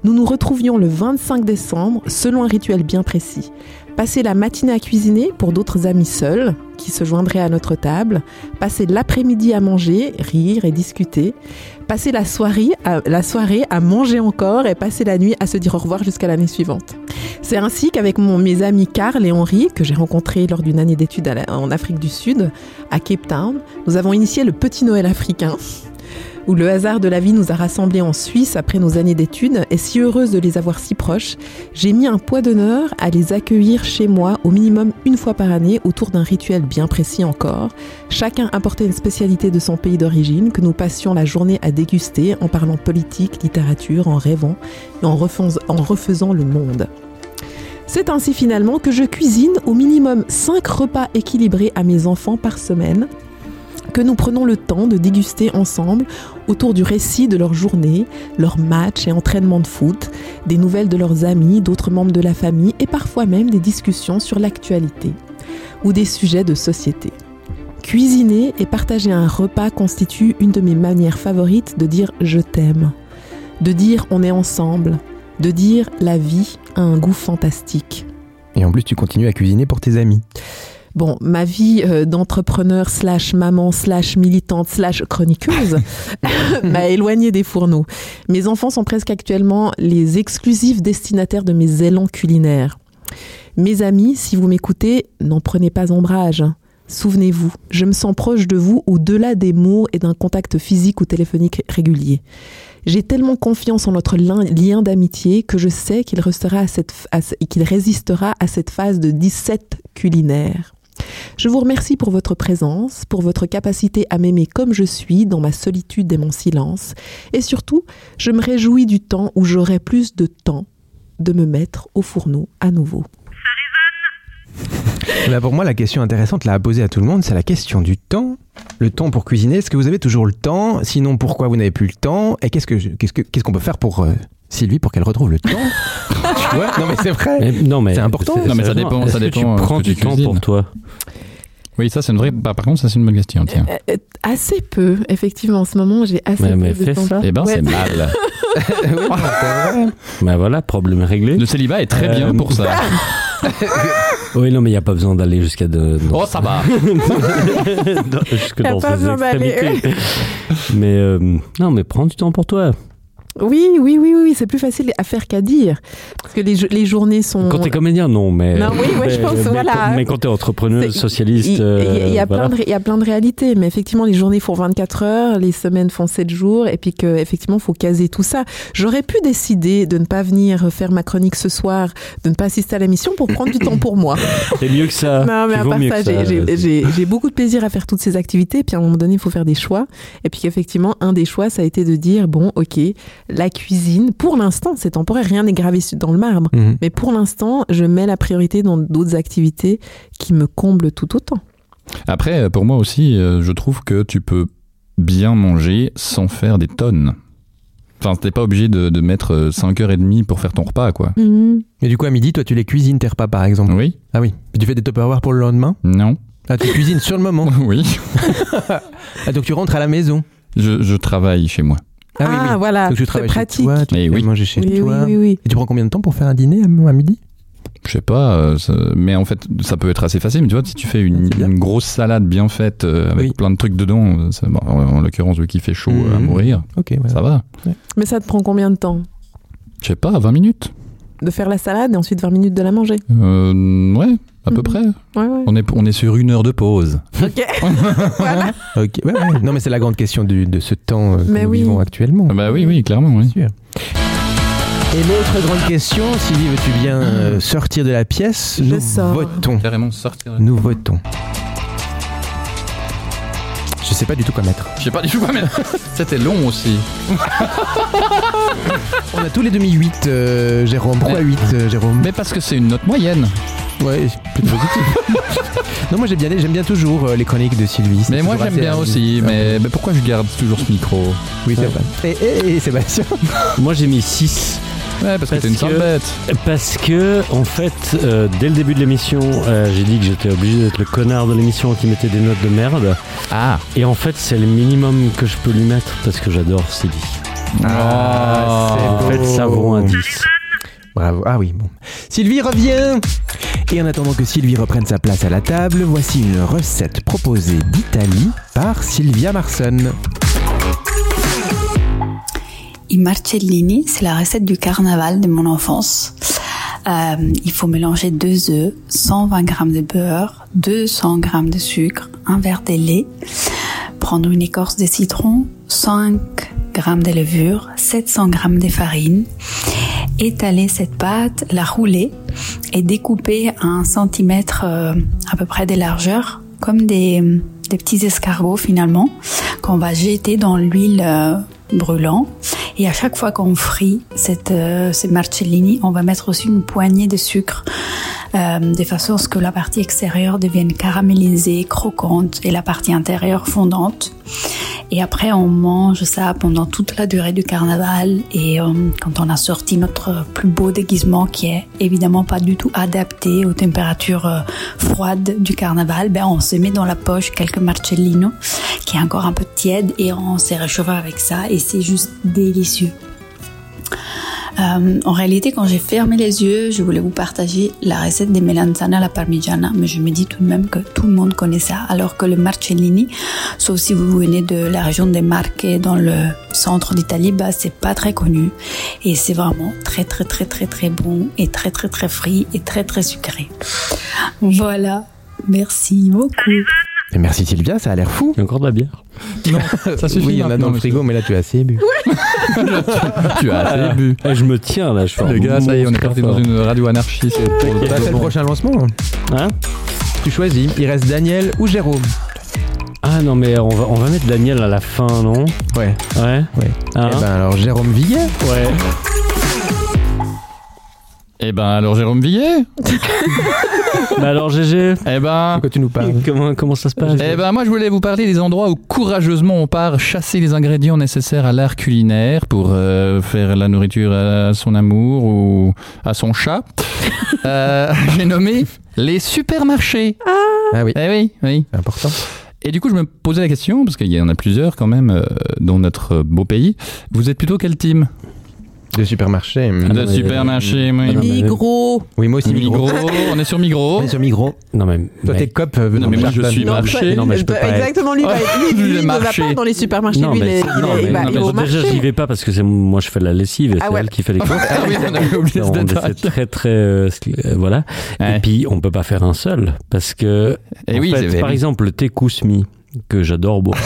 G: nous nous retrouvions le 25 décembre selon un rituel bien précis. Passer la matinée à cuisiner pour d'autres amis seuls qui se joindraient à notre table, passer l'après-midi à manger, rire et discuter, passer la soirée, à, la soirée à manger encore et passer la nuit à se dire au revoir jusqu'à l'année suivante. C'est ainsi qu'avec mon, mes amis Karl et Henri, que j'ai rencontrés lors d'une année d'études en Afrique du Sud, à Cape Town, nous avons initié le petit Noël africain où le hasard de la vie nous a rassemblés en Suisse après nos années d'études, et si heureuse de les avoir si proches, j'ai mis un poids d'honneur à les accueillir chez moi au minimum une fois par année autour d'un rituel bien précis encore. Chacun apportait une spécialité de son pays d'origine que nous passions la journée à déguster en parlant politique, littérature, en rêvant et en, refons- en refaisant le monde. C'est ainsi finalement que je cuisine au minimum 5 repas équilibrés à mes enfants par semaine, que nous prenons le temps de déguster ensemble autour du récit de leur journée, leurs matchs et entraînements de foot, des nouvelles de leurs amis, d'autres membres de la famille et parfois même des discussions sur l'actualité ou des sujets de société. Cuisiner et partager un repas constitue une de mes manières favorites de dire je t'aime, de dire on est ensemble, de dire la vie a un goût fantastique.
I: Et en plus, tu continues à cuisiner pour tes amis.
G: Bon, ma vie euh, d'entrepreneur slash maman slash militante slash chroniqueuse m'a éloignée des fourneaux. Mes enfants sont presque actuellement les exclusifs destinataires de mes élans culinaires. Mes amis, si vous m'écoutez, n'en prenez pas ombrage. Souvenez-vous, je me sens proche de vous au-delà des mots et d'un contact physique ou téléphonique régulier. J'ai tellement confiance en notre lien d'amitié que je sais qu'il, restera à cette, à, qu'il résistera à cette phase de 17 culinaires. Je vous remercie pour votre présence, pour votre capacité à m'aimer comme je suis dans ma solitude et mon silence, et surtout, je me réjouis du temps où j'aurai plus de temps de me mettre au fourneau à nouveau.
I: Là, Bah, pour moi, la question intéressante là, à poser à tout le monde, c'est la question du temps. Le temps pour cuisiner, est-ce que vous avez toujours le temps Sinon, pourquoi vous n'avez plus le temps Et qu'est-ce, que je, qu'est-ce, que, qu'est-ce qu'on peut faire pour euh, Sylvie pour qu'elle retrouve le temps tu vois Non, mais c'est vrai.
N: Mais, non, mais
I: c'est important.
E: Non, mais ça dépend.
N: Est-ce
E: Ça
N: que
E: dépend
N: tu
E: euh,
N: prends
E: ce que
N: du
E: tu
N: temps
E: cuisines.
N: pour toi.
E: Oui, ça, c'est une vraie. Bah, par contre, ça, c'est une bonne question. Tiens.
G: Euh, assez peu, effectivement, en ce moment, j'ai assez
N: Mais,
G: peu
N: mais
G: de
N: fais
G: temps.
N: ça.
E: Eh ben,
G: Ouais.
E: c'est mal.
N: Ben voilà, problème réglé.
E: Le célibat est très bien
N: Euh,
E: pour ça.
N: Oui, non, mais il n'y a pas besoin d'aller jusqu'à de.
E: Oh, ça va.
N: Non, jusque
G: Y a
N: dans
G: pas
N: ses
G: besoin d'aller.
N: extrémités. mais euh, non, mais prends du temps pour toi.
G: Oui, oui, oui, oui, oui, c'est plus facile à faire qu'à dire. Parce que les, jo- les journées sont.
N: Quand t'es comédien, non, mais.
G: Non, oui, ouais,
N: mais-
G: je pense,
N: mais,
G: voilà.
N: quand- Mais quand t'es entrepreneur,
G: C'est-
N: socialiste.
G: Il il- il y, a
N: euh, voilà.
G: plein de ré- il y a plein de réalités, mais effectivement, les journées font 24 heures, les semaines font 7 jours, et puis que, effectivement, faut caser tout ça. J'aurais pu décider de ne pas venir faire ma chronique ce soir, de ne pas assister à la mission pour prendre du temps pour moi.
N: C'est mieux que ça.
G: Non, mais
N: C'est
G: à
N: vaut
G: part
N: mieux
G: ça,
N: que ça,
G: j'ai- j'ai-
N: vas-y.
G: j'ai j'ai beaucoup de plaisir à faire toutes ces activités. Et puis à un moment donné, il faut faire des choix. Et puis qu'effectivement, un des choix, ça a été de dire bon, ok, la cuisine, pour l'instant, c'est temporaire, rien n'est gravé su- dans le marbre.
I: Mhm.
G: Mais pour l'instant, je mets la priorité dans d'autres activités qui me comblent tout autant.
E: Après, euh, pour moi aussi, euh, je trouve que tu peux bien manger sans faire des tonnes. Enfin, t'es pas obligé de, de mettre euh, 5h30 pour faire ton repas, quoi.
G: Mm.
I: Mais du coup, à midi, toi, tu les cuisines tes repas, par exemple
E: Oui
I: Ah oui. Puis tu fais des tupperwares pour le lendemain
E: Non
I: Ah, tu cuisines sur le moment
E: Oui.
I: Ah, donc tu rentres à la maison
E: Je, je travaille chez moi.
I: Ah, oui, oui.
G: voilà,
I: Donc tu
G: c'est
I: travailles chez
G: pratique.
I: toi, tu fais
E: Eh oui.
I: manger chez
G: Oui, oui,
I: toi.
G: oui, oui.
I: Et tu prends combien de temps pour faire un dîner à, à midi
E: Je sais pas, euh, ça- mais en fait, ça peut être assez facile. Mais tu vois, si tu fais une, une grosse salade bien faite euh, avec
I: Oui.
E: plein de trucs dedans, euh, ça- bon, en, en l'occurrence, vu qu'il fait chaud euh, à
G: Mm.
I: Mhm.
E: mourir,
I: Ok, ouais.
E: ça va.
G: Mais ça te prend combien de temps
E: Je sais pas, 20 minutes
G: De faire la salade et ensuite 20 minutes de la manger
E: Euh, Ouais, à peu
G: Mhm.
E: près.
G: Ouais, ouais.
E: On est, on est sur une heure de pause.
G: Ok. Voilà.
I: Ok, ouais, ouais. Non, mais c'est la grande question du- de ce temps euh, que
G: Mais
I: nous
G: oui.
I: vivons actuellement.
E: Ah Bah oui, oui, clairement, oui.
I: Bien sûr. Et l'autre grande question, Sylvie, veux-tu bien euh, sortir de la pièce
G: Mm. Je
I: Nous
G: sors.
I: votons.
E: Carrément sortir.
I: Nous votons. Je sais pas du tout quoi mettre.
E: Je sais pas du tout quoi, mais c'était long aussi.
I: On a tous les demi-8, euh, Jérôme. Pourquoi
E: Ouais.
I: 8, euh, Jérôme
E: Mais parce que c'est une note moyenne.
I: Ouais, plus positif. non, moi j'aime bien, j'aime bien toujours euh, les chroniques de Sylvie. c'est
E: Mais moi
I: toujours
E: j'aime
I: assez
E: bien
I: amusant.
E: aussi. Mais, mais pourquoi je garde toujours ce micro
I: Oui, c'est vrai. Et, et- et Sébastien
N: Moi, j'ai mis 6.
E: Ouais, parce, que t'es une sale bête.
J: Parce que, en fait, euh, dès le début de l'émission, euh, j'ai dit que j'étais obligé d'être le connard de l'émission qui mettait des notes de merde.
E: Ah.
J: Et en fait, c'est le minimum que je peux lui mettre parce que j'adore Sylvie.
I: Ah, c'est
J: En fait,
I: beau.
J: ça vaut un 10.
I: Bravo. Ah oui, bon. Sylvie revient Et en attendant que Sylvie reprenne sa place à la table, voici une recette proposée d'Italie par Sylvia Marson.
O: I marcellini, c'est la recette du carnaval de mon enfance. Euh, il faut mélanger deux œufs, 120 g de beurre, 200 g de sucre, un verre de lait, prendre une écorce de citron, 5 g de levure, 700 g de farine, étaler cette pâte, la rouler et découper à un centimètre euh, à peu près de largeur, comme des, des petits escargots finalement, qu'on va jeter dans l'huile euh, brûlante. Et à chaque fois qu'on frit cette, euh, ces marcellini, on va mettre aussi une poignée de sucre, euh, de façon à ce que la partie extérieure devienne caramélisée, croquante et la partie intérieure fondante. Et après, on mange ça pendant toute la durée du carnaval. Et euh, quand on a sorti notre plus beau déguisement, qui est évidemment pas du tout adapté aux températures euh, froides du carnaval, ben on se met dans la poche quelques marcellino, qui est encore un peu tiède, et on s'est réchauffé avec ça. Et c'est juste délicieux. Euh, en réalité, quand j'ai fermé les yeux, je voulais vous partager la recette des melanzane à la parmigiana, mais je me dis tout de même que tout le monde connaît ça, alors que le marcellini, sauf si vous venez de la région des Marques et dans le centre d'Italie, bah, c'est pas très connu. Et c'est vraiment très très très très très bon et très très très frit et très très sucré. Voilà. Merci beaucoup.
I: Et merci Sylvia, ça a l'air fou.
J: Il y a encore de la bière.
E: Non, ça suffit.
I: oui, il y en a
E: maintenant,
I: dans le
E: monsieur.
I: frigo, mais là tu as assez bu.
E: Tu as assez bu.
J: Eh, je me tiens là, je fais un
E: Ah. Les gars, ça y est, on est
J: monstre
E: parti
J: fort.
E: dans une radio anarchiste. pour le
I: Bah, c'est le
E: moment.
I: prochain lancement.
J: Hein
I: tu choisis, il reste Daniel ou Jérôme.
J: Ah non, mais on va, on va mettre Daniel à la fin, non
I: Ouais.
J: Ouais
I: Ouais.
J: Hein
I: Eh ben alors Jérôme Villet
J: Ouais.
E: Eh ben alors Jérôme Villet
J: Bah alors GG
E: Eh ben.
I: que tu nous parles
J: comment, comment ça se passe
E: Eh ben moi je voulais vous parler des endroits où courageusement on part chasser les ingrédients nécessaires à l'art culinaire pour euh, faire la nourriture à son amour ou à son chat. Euh, J'ai nommé les supermarchés.
I: Ah oui.
E: Eh oui, oui.
I: C'est important.
E: Et du coup, je me posais la question, parce qu'il y en a plusieurs quand même euh, dans notre beau pays. Vous êtes plutôt quelle team Ah,
I: De supermarché. hum.
E: De supermarché, oui.
G: Migros.
I: Oui, moi aussi Migros.
E: Migros, on est sur Migros.
I: On est sur Migros.
J: Non mais...
I: Toi
J: mais-
I: t'es cop euh, venant
E: Non, mais
I: de
E: moi, je
I: Chartonne.
E: suis marché.
J: Non, mais je peux pas être-
G: Exactement, lui, il va-
E: Ouais,
G: lui, Oh,
E: je
G: lui,
E: vais
G: il ne va
E: marcher.
G: pas dans les supermarchés.
J: Non,
G: lui, il
J: mais,
G: est- il
J: non,
G: est-
J: mais-
G: il va-
J: non,
G: il va au
J: mais déjà, j'y
G: marché.
J: vais pas parce que c'est moi, je fais la lessive et
G: Ah
J: c'est
G: ouais.
J: elle qui fait les courses.
E: Ah oui, on avait oublié ce
J: Non, mais
E: détail.
J: c'est très très euh, sc- euh, voilà.
E: Ouais.
J: Et puis on peut pas faire un seul parce que
E: Eh
J: en
E: oui,
J: fait,
E: c'est vrai.
J: par exemple le thé kousmi que j'adore boire.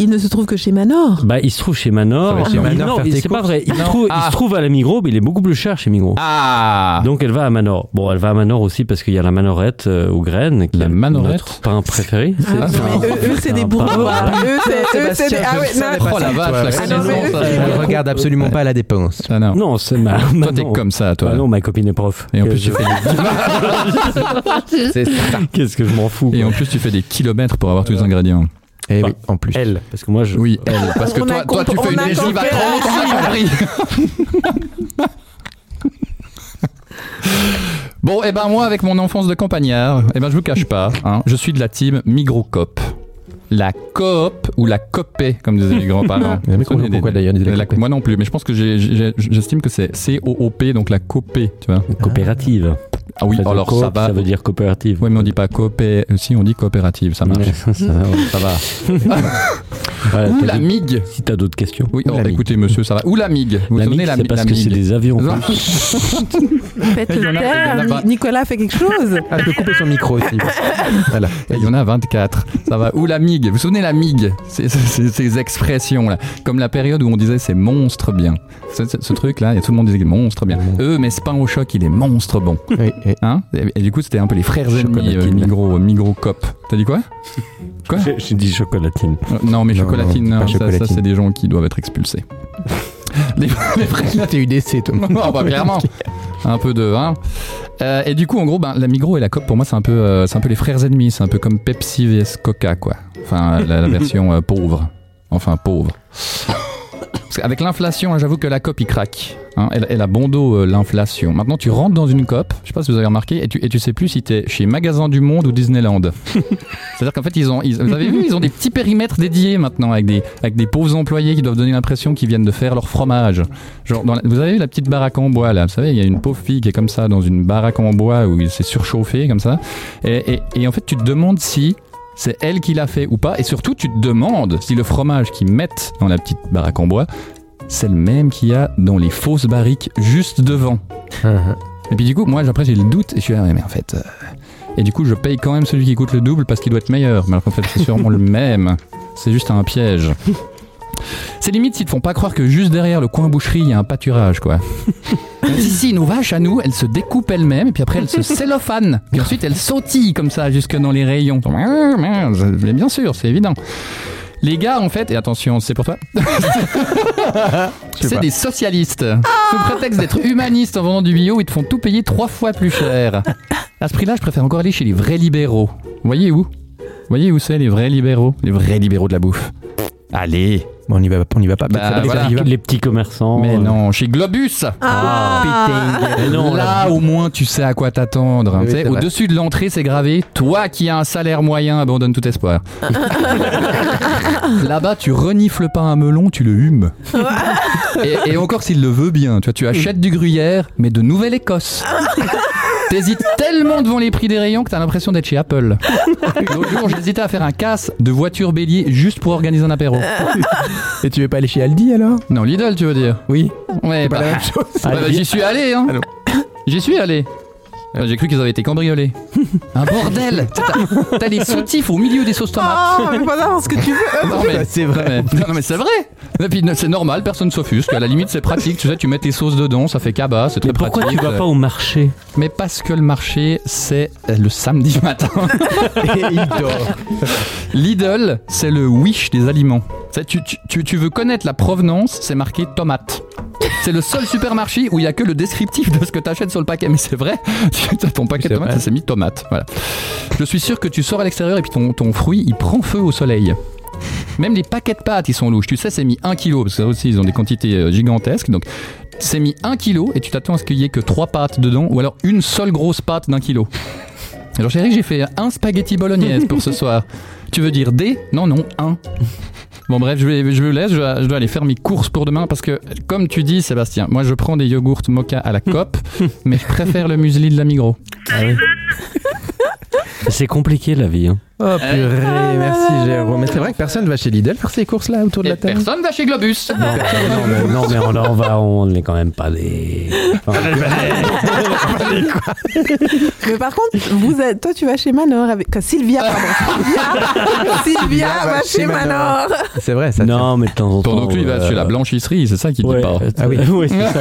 G: Il ne se trouve que chez Manor.
J: bah il se trouve chez
I: Ça
J: Manor.
I: va chez
J: Il-
I: Manor
J: non,
I: faire
J: il-
I: tes
J: c'est pas
I: courses
J: vrai. Il, se
E: Non.
J: trouve, il
E: Ah.
J: se trouve à la Migros, mais il est beaucoup plus cher chez Migros.
E: Ah
J: Donc elle va à Manor. Bon, elle va à Manor aussi parce qu'il y a la Manorette euh, aux graines qui
E: La
J: est
E: Manorette
J: notre pain préféré. bah,
G: Ah, non, mais eux, eux, c'est
J: Ah.
G: des bourgeois. Eux, c'est eux, c'est des. Ah ouais, non.
E: Oh
G: Ah
E: la vache, la
G: non, mais
E: connaissance,
G: eux,
E: ça.
G: c'est-
I: Je ne regarde absolument pas à la dépense.
E: Ah non.
J: Non, c'est ma.
E: Toi, t'es
J: Manon.
E: comme ça, toi.
J: Ah non, ma copine est prof.
E: Et en
J: Que-
E: plus, tu fais des,
I: C'est ça.
J: Qu'est-ce que je m'en fous.
E: et en plus, tu fais des kilomètres pour avoir tous les ingrédients.
I: Et
J: Bah,
I: Eh oui, en plus.
J: Elle, parce que moi je.
E: Oui, elle, parce que
G: On
E: toi,
G: a
E: toi, tu
G: compris-
E: fais une
G: on a
E: régie à
G: compris.
E: 30, on a compris. Bon, et ben moi, avec mon enfance de campagnard, et ben je vous cache pas, hein, je suis de la team Migrocop. La coop ou la copée, comme disaient les grands-parents.
I: J'ai jamais compris pourquoi, d'ailleurs, ils disaient la
E: La-
I: copée.
E: Moi non plus, mais je pense que j'ai- j'ai- j'estime que c'est C-O-O-P, donc la copée, tu vois.
J: Coopérative.
E: Ah oui,
J: Parce que
E: alors
J: coop,
E: ça va.
J: Ça veut dire coopérative.
E: Ouais, mais on dit pas coopé, si on dit coopérative, ça marche.
J: Ouais, ça, ça va. Voilà,
E: Ou
J: t'as
E: la
J: d'autres-
E: MIG.
J: si t'as d'autres questions.
E: Oui,
I: Ou
E: oh,
I: la MIG.
E: écoutez, monsieur, ça va. Ou la MIG. Vous
J: la
E: vous souvenez
J: MIG,
E: la,
J: c'est
E: mi-
J: parce
E: la
J: que c'est
E: MIG.
J: des avions.
E: Non.
G: Faites
E: Il y en
G: le
E: a- il y en a
G: terme.
E: pas.
G: Ni- Nicolas fait quelque chose.
I: Ah, je peux couper son micro aussi. voilà.
E: Eh, Il y en a 24. Ça va. Ou la MIG. Vous vous souvenez la MIG C'est- c'est- c'est- Ces expressions-là. Comme la période où on disait c'est monstre bien. Ce, ce- ce truc-là, et tout le monde disait monstre bien. Eux, mais c'est pas au choc, il est monstre bon.
I: Oui, et-
E: Hein et, et du coup, c'était un peu les frères ennemis, euh,
J: Chocolatine.
E: migro, migro cop. T'as dit quoi
J: J'ai j'ai dit chocolatine.
E: Euh, Non, mais
I: Non,
E: chocolatine,
I: non,
E: non,
I: pas
E: ça,
I: chocolatine.
E: ça, c'est des gens qui doivent être expulsés. les, les frères
I: Là, t'es UDC, toi.
E: Ah bah, clairement. un peu de hein. Euh, et du coup en gros ben, la Migros et la COP pour moi c'est un peu euh, c'est un peu les frères ennemis c'est un peu comme Pepsi vs Coca quoi enfin la, la version euh, pauvre enfin pauvre Avec l'inflation, hein, j'avoue que la cope, il craque. hein. elle, elle a bon dos, euh, l'inflation. Maintenant, tu rentres dans une cope, je sais pas si vous avez remarqué, et tu, et tu sais plus si t'es chez Magasin du Monde ou Disneyland. C'est-à-dire qu'en fait, ils ont, ils- vous avez vu, ils ont des petits périmètres dédiés maintenant, avec des, avec des pauvres employés qui doivent donner l'impression qu'ils viennent de faire leur fromage. Genre, dans la- vous avez vu la petite baraque en bois, là Vous savez, il y a une pauvre fille qui est comme ça, dans une baraque en bois, où il s'est surchauffé, comme ça. Et, et- et en fait, tu te demandes si c'est elle qui l'a fait ou pas. Et surtout, tu te demandes si le fromage qu'ils mettent dans la petite baraque en bois, c'est le même qu'il y a dans les fausses barriques juste devant.
I: Ah,
E: et puis du coup, moi, après, j'ai le doute et je suis là, Ouais, mais en fait. euh, Et du coup, je paye quand même celui qui coûte le double parce qu'il doit être meilleur. Mais alors qu'en fait, c'est sûrement le même. C'est juste un piège. C'est limite s'ils te font pas croire que juste derrière le coin boucherie, il y a un pâturage, quoi. si, si, nos vaches à nous, elles se découpent elles-mêmes, et puis après elles se cellophanent. Puis ensuite elles sautillent comme ça, jusque dans les rayons. Mais bien sûr, c'est évident. Les gars, en fait, et attention, c'est pour toi.
I: sais
E: c'est
I: pas.
E: des socialistes. Sous prétexte d'être humanistes en vendant du bio, ils te font tout payer trois fois plus cher. À ce prix-là, je préfère encore aller chez les vrais libéraux. Voyez où Voyez où c'est les vrais libéraux Les vrais libéraux de la bouffe. Allez
I: on y va, on y va pas.
E: Bah,
J: Ça, les-
E: voilà.
J: Les petits commerçants.
E: Mais
J: euh,
E: non, chez Globus
G: Ah.
J: Mais non,
E: Là,
J: la-
E: au moins, tu sais à quoi t'attendre. hein.
J: Oui,
E: Tu sais,
J: c'est vrai.
E: Au-dessus de l'entrée, c'est gravé. Toi qui as un salaire moyen, abandonne tout espoir. Là-bas, tu renifles pas un melon, tu le humes. et, et encore s'il le veut bien. Tu vois, tu achètes du gruyère, mais de Nouvelle-Écosse. T'hésites tellement devant les prix des rayons que t'as l'impression d'être chez Apple. L'autre jour, j'hésitais à faire un casse de voiture bélier juste pour organiser un apéro.
I: Et tu veux pas aller chez Aldi alors
E: Non, Lidl, tu veux dire
I: Oui.
E: Ouais,
I: C'est pas
E: bah,
I: la même chose.
E: bah, bah, j'y suis allé, hein. J'y suis allé. Bah, J'ai cru qu'ils avaient été cambriolés. Un bordel T'as- T'as les soutifs au milieu des sauces tomates.
G: Oh, mais voilà ce que tu veux.
E: Non mais c'est vrai. Non, mais c'est vrai. Et puis c'est normal, personne ne s'offusque. À la limite, c'est pratique. Tu sais, tu mets tes sauces dedans, ça fait cabas, c'est très pratique.
J: pourquoi tu vas pas au marché
E: Mais parce que le marché, c'est le samedi matin.
I: Et il dort.
E: Lidl, c'est le wish des aliments. C'est- Tu, tu- tu- tu veux connaître la provenance, c'est marqué tomate. C'est le seul supermarché où il n'y a que le descriptif de ce que tu achètes sur le paquet. Mais c'est vrai, tu- t'as ton paquet de tomates, ça s'est mis tomate. Voilà. Je suis sûr que tu sors à l'extérieur et puis ton, ton fruit, il prend feu au soleil. Même les paquets de pâtes, ils sont louches. Tu sais, c'est mis 1 kg, parce que ça aussi, ils ont des quantités euh, gigantesques. Donc, c'est mis 1 kg et tu t'attends à ce qu'il y ait que 3 pâtes dedans, ou alors une seule grosse pâte d'un kilo. Alors, chérie, j'ai fait un spaghetti bolognaise pour ce soir. Tu veux dire des Non, non, un. Bon, bref, je, vais, je vous laisse. Je dois, je dois aller faire mes courses pour demain parce que, comme tu dis, Sébastien, moi je prends des yogourts mocha à la COP, mais je préfère le muesli de la Migros.
J: C'est compliqué la vie. hein.
I: Oh
G: Ah,
I: purée, merci Jérôme. Mais c'est vrai que personne va chez Lidl faire ces courses là autour de la table.
E: Personne va chez Globus
J: Ah. Non mais, non, mais on, là, on va, on n'est quand même pas des. enfin,
E: Ah,
G: Mais par contre, vous êtes- toi, tu vas chez Manor avec que Sylvia. Pardon. Sylvia, Sylvia va chez Manor.
I: C'est vrai, ça.
J: Non, mais de temps en temps.
E: Pendant que lui, il va
J: euh,
E: chez la blanchisserie, c'est ça qu'il
J: ouais,
E: dit pas.
J: Ah oui, ouais, c'est ça.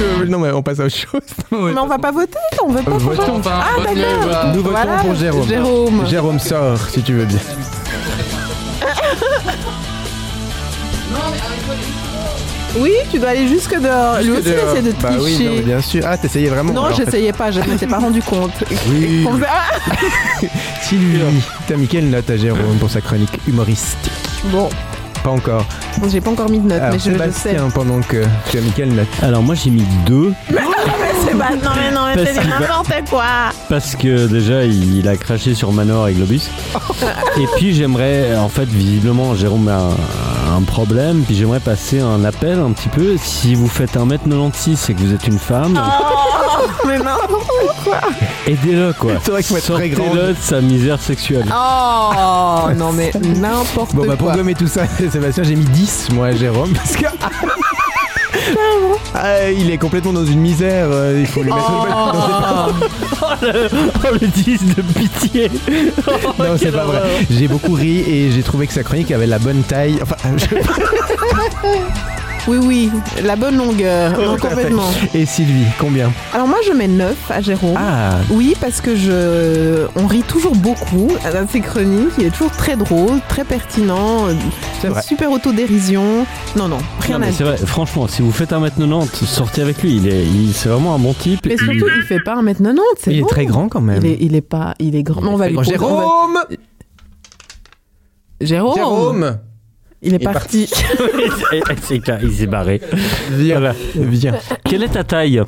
I: Euh, non mais on passe à autre chose.
G: Mais on va pas voter, on veut pas. qu'on
I: Votons,
G: vote.
E: ben,
G: ah
E: votez,
G: d'accord.
E: voilà.
I: Nous votons
G: Voilà,
I: pour Jérôme.
G: Jérôme.
I: Jérôme sort si tu veux bien.
G: Oui, tu dois aller jusque dehors. Ah, Lui aussi, il
I: Dehors.
G: essayait de te
I: bah oui, non, mais
G: tricher.
I: bien sûr. Ah, t'essayais vraiment.
G: non,
I: alors, en fait.
G: j'essayais pas, je ne m'étais pas rendu compte.
I: Oui.
G: Qu'on faisait- Ah
I: Sylvie, t'as mis quelle note à Jérôme pour sa chronique humoristique
G: bon,
I: Pas encore.
G: j'ai pas encore mis de notes,
I: Ah, Alors,
G: mais je le sais.
I: Sébastien, pendant que tu as mis quelle note
J: Alors moi j'ai mis deux
G: Mais non, mais c'est pas. Non, mais non, mais
J: Parce
G: c'est
J: qu'il va-
G: n'importe quoi.
J: parce que déjà il a craché sur Manor et Globus. Et puis j'aimerais, en fait visiblement Jérôme a un, un problème, puis j'aimerais passer un appel un petit peu. Si vous faites 1m96 et que vous êtes une femme,
E: Ah.
G: Oh, mais non.
J: aidez-le quoi.
I: C'est vrai qu'il faut être très grand.
J: Sortez-le de sa misère sexuelle.
G: Oh, non, mais n'importe
I: Bon, bah, pour
G: quoi.
I: gommer tout ça, Sébastien, j'ai mis 10, moi, à Jérôme, parce que. Ah, il est complètement dans une misère, euh, il faut lui mettre une bonne dans ses paroles.
J: Oh le, oh, le 10 de pitié
I: Non, c'est
J: quelle
I: pas vrai.
J: horreur.
I: J'ai beaucoup ri et j'ai trouvé que sa chronique avait la bonne taille. Enfin, je-
G: Oui, oui, la bonne longueur. Non, complètement.
I: Et Sylvie, combien
G: Alors moi je mets 9 à Jérôme.
I: Ah.
G: Oui parce que je on rit toujours beaucoup Ah, à ses chroniques, il est toujours très drôle, très pertinent, euh,
I: C'est vrai.
G: super autodérision. Non non, rien
J: Non,
G: à
J: mais c'est
G: dire.
J: vrai, franchement, si vous faites 1m90, sortez avec lui, il est, il- c'est vraiment un bon type.
G: Mais surtout, il fait pas 1m90, c'est
I: Il est
G: bon.
I: très grand quand même.
G: Il est, il est pas il est grand. Mais on va lui
I: Jérôme Oh.
G: on va- Jérôme
I: Jérôme
G: Il est parti.
N: il s'est barré.
I: Viens, viens.
N: Quelle est ta taille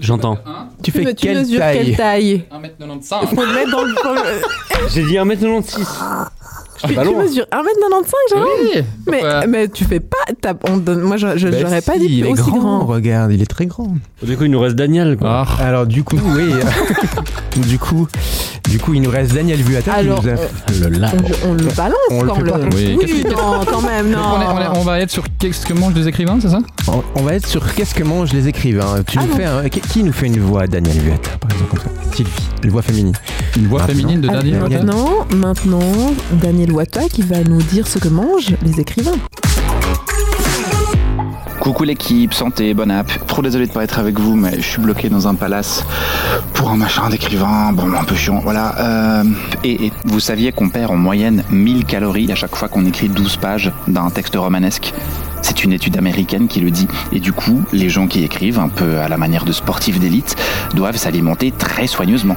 N: J'entends.
I: Tu fais
G: Mais tu
I: quelle
G: mesures
I: taille
G: quelle taille
E: 1m95.
G: Il faut le mettre dans le... dans le-
N: J'ai dit 1m96.
I: Ah
G: Tu-
I: bah
G: tu mesures 1m95, Jérôme
N: Oui,
G: mais, euh, mais tu fais pas... t'as- on donne- moi, je- je
I: Bah
G: n'aurais pas
I: si,
G: dit
I: il est
G: aussi
I: grand,
G: grand.
I: Regarde, il est très grand.
N: Du coup, il nous reste Daniel. Quoi.
E: Ah.
I: Alors du coup, oui. du coup, du coup, il nous reste Daniel Vuattel qui
G: Alors,
I: nous a-
G: euh,
I: le
G: On, on le balance
I: On le
G: quand
I: fait pas. Oui,
G: Oui,
I: qu'est-ce
G: non, quand même, non.
E: Donc on, est- on est- on va être sur qu'est-ce que mangent les écrivains, c'est ça
I: On, on va être sur qu'est-ce que mangent les écrivains. Tu nous fais un- qui, qui nous fait une voix, Daniel Vuattel, par exemple comme ça Sylvie, une voix féminine.
E: Une voix féminine de Daniel
G: Ah,
E: Vuattel
G: Maintenant, maintenant, Daniel Wata qui va nous dire ce que mangent les écrivains.
P: Coucou l'équipe, santé, bonne app. Trop désolé de pas être avec vous, mais je suis bloqué dans un palace pour un machin d'écrivain, bon, un peu chiant, voilà. euh, et, et vous saviez qu'on perd en moyenne 1000 calories à chaque fois qu'on écrit 12 pages d'un texte romanesque c'est une étude américaine qui le dit. Et du coup, les gens qui écrivent, un peu à la manière de sportifs d'élite, doivent s'alimenter très soigneusement.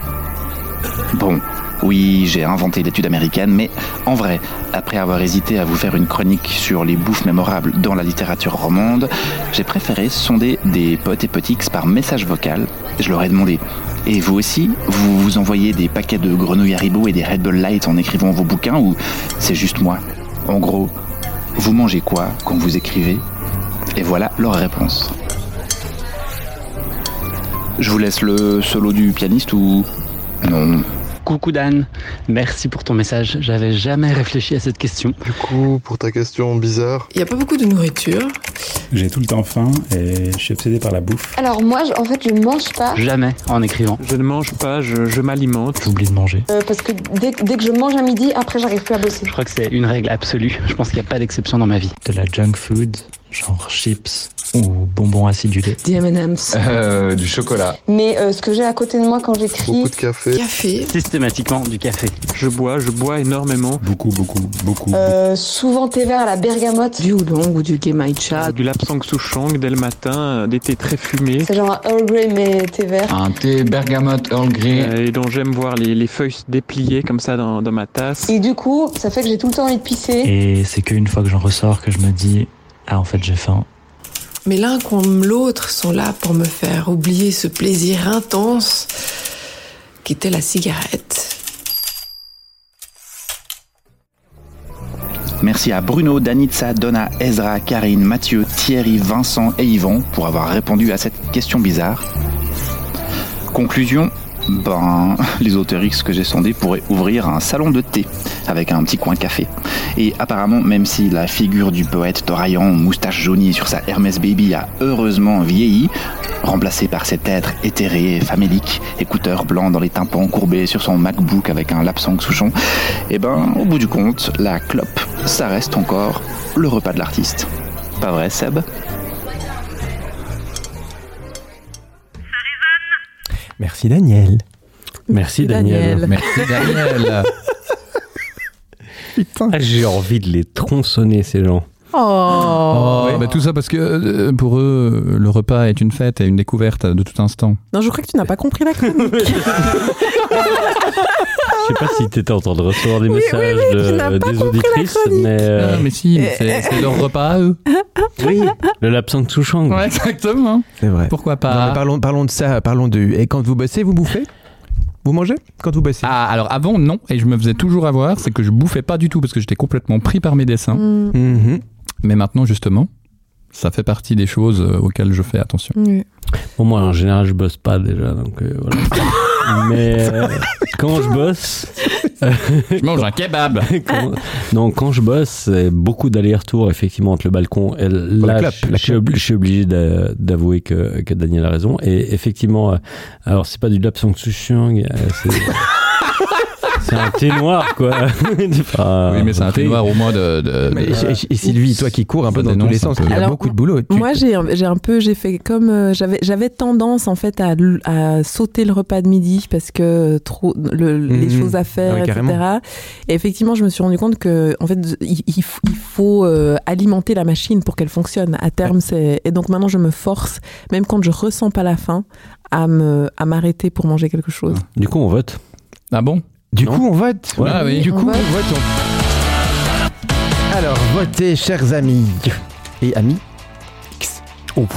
P: Bon, oui, j'ai inventé l'étude américaine, mais en vrai, après avoir hésité à vous faire une chronique sur les bouffes mémorables dans la littérature romande, j'ai préféré sonder des potes et petits par message vocal. Je leur ai demandé Et vous aussi, vous vous envoyez des paquets de grenouilles Haribo et des Red Bull Light en écrivant vos bouquins ou c'est juste moi En gros, vous mangez quoi quand vous écrivez Et voilà leur réponse. Je vous laisse le solo du pianiste ou. Non,
Q: Coucou Dan, merci pour ton message. J'avais jamais réfléchi à cette question. Du coup, pour ta question bizarre.
R: Il n'y a pas beaucoup de nourriture.
S: J'ai tout le temps faim et je suis obsédé par la bouffe.
T: Alors moi, je- en fait, je mange pas.
Q: Jamais en écrivant.
S: Je ne mange pas, je, m'alimente. J'oublie de manger.
T: euh, parce que dès, dès que je mange à midi, après, j'arrive plus à bosser.
Q: Je crois que c'est une règle absolue. Je pense qu'il n'y a pas d'exception dans ma vie.
U: De la junk food, genre chips ou bonbons acidulés.
T: Des M&M's.
U: du chocolat.
T: Mais euh, ce que j'ai à côté de moi quand j'écris...
Q: café.
T: Café.
Q: Systématiquement du café.
S: Je bois, je bois énormément. Beaucoup, beaucoup, beaucoup.
T: euh, souvent thé vert à la bergamote. Du oolong ou du gemaitcha.
S: Du lapsang souchang dès le matin, des thés très fumés.
T: C'est genre un Earl Grey mais thé vert.
U: Un thé bergamote Earl Grey.
S: Euh,
U: et dont j'aime voir les, feuilles se déplier comme ça dans, ma tasse.
T: Et du coup, ça fait que j'ai tout le temps envie de pisser.
U: Et c'est qu'une fois que j'en ressors que je me dis Ah, en fait, j'ai faim.
R: Mais l'un comme l'autre sont là pour me faire oublier ce plaisir intense qu'était la cigarette.
P: Merci à Bruno, Danitza, Donna, Ezra, Karine, Mathieu, Thierry, Vincent et Yvon pour avoir répondu à cette question bizarre. Conclusion ben, les auteurs X que j'ai sondés pourraient ouvrir un salon de thé avec un petit coin café. Et apparemment, même si la figure du poète toraillant, moustache jaunie sur sa Hermès Baby a heureusement vieilli, remplacée par cet être éthéré, et famélique, écouteur blanc dans les tympans, courbé sur son MacBook avec un lapsang souchon, eh ben, au bout du compte, la clope, ça reste encore le repas de l'artiste. Pas vrai, Seb
I: Merci Daniel.
N: Merci Daniel.
E: Merci Daniel.
N: Ah, J'ai envie de les tronçonner, ces gens.
G: Oh.
E: bah, tout ça parce que euh, pour eux, le repas est une fête et une découverte de tout instant.
G: Non, je crois que tu n'as pas compris la chronique.
N: Je sais pas si t'étais en train de recevoir des messages
G: oui, tu
N: de-
G: n'as pas
N: des
G: compris la
N: auditrices,
G: chronique.
N: mais. euh,
E: Ah, mais si, mais c'est c'est leur repas à eux.
N: Oui. Le lapsang de Souchang.
E: Ouais, exactement.
I: C'est vrai.
E: Pourquoi
I: Non, mais
E: pas
I: parlons, parlons de ça. Parlons de. Et quand vous bossez, vous bouffez Vous mangez Quand vous bossez
E: Ah, alors avant, non, et je me faisais toujours avoir, c'est que je bouffais pas du tout parce que j'étais complètement pris par mes dessins.
G: Mm.
I: Mhm.
E: Mais maintenant, justement, ça fait partie des choses euh, auxquelles je fais attention.
G: Oui.
N: Bon, moi, en général, je bosse pas déjà, donc euh, voilà. Mais euh, quand je bosse. je
E: mange un kebab
N: Non, quand je bosse, c'est beaucoup d'aller-retour, effectivement, entre le balcon et l-
I: Pour la
N: là,
I: clope,
N: je-
I: la
N: je suis obli- je suis obligé d'a- d'avouer que, que Daniel a raison. Et effectivement, euh, alors, c'est pas du lapsang souchang, euh, c'est. C'est un thé noir, quoi.
J: Ah.
E: oui, mais c'est un thé noir au moins de. de-
I: Mais-
E: de-
I: et, et Sylvie, toi qui cours un peu dans tous les sens, il y a
G: Alors,
I: beaucoup de boulot. Tu-
G: Moi, j'ai un, j'ai un peu, j'ai fait comme euh, j'avais, j'avais tendance en fait à, l- à sauter le repas de midi parce que trop le- les
I: Mhm.
G: choses à faire,
I: Ah oui,
G: etc.
I: carrément.
G: Et effectivement, je me suis rendu compte que en fait, il, il f- il faut euh, alimenter la machine pour qu'elle fonctionne. À terme, c'est et donc maintenant, je me force, même quand je ressens pas la faim, à me à m'arrêter pour manger quelque chose.
N: Du coup, on vote.
E: Ah bon
I: Du coup, on vote.
N: Ouais, oui.
I: Du coup, on vote. on- Alors, votez, chers amis et amis. Oh.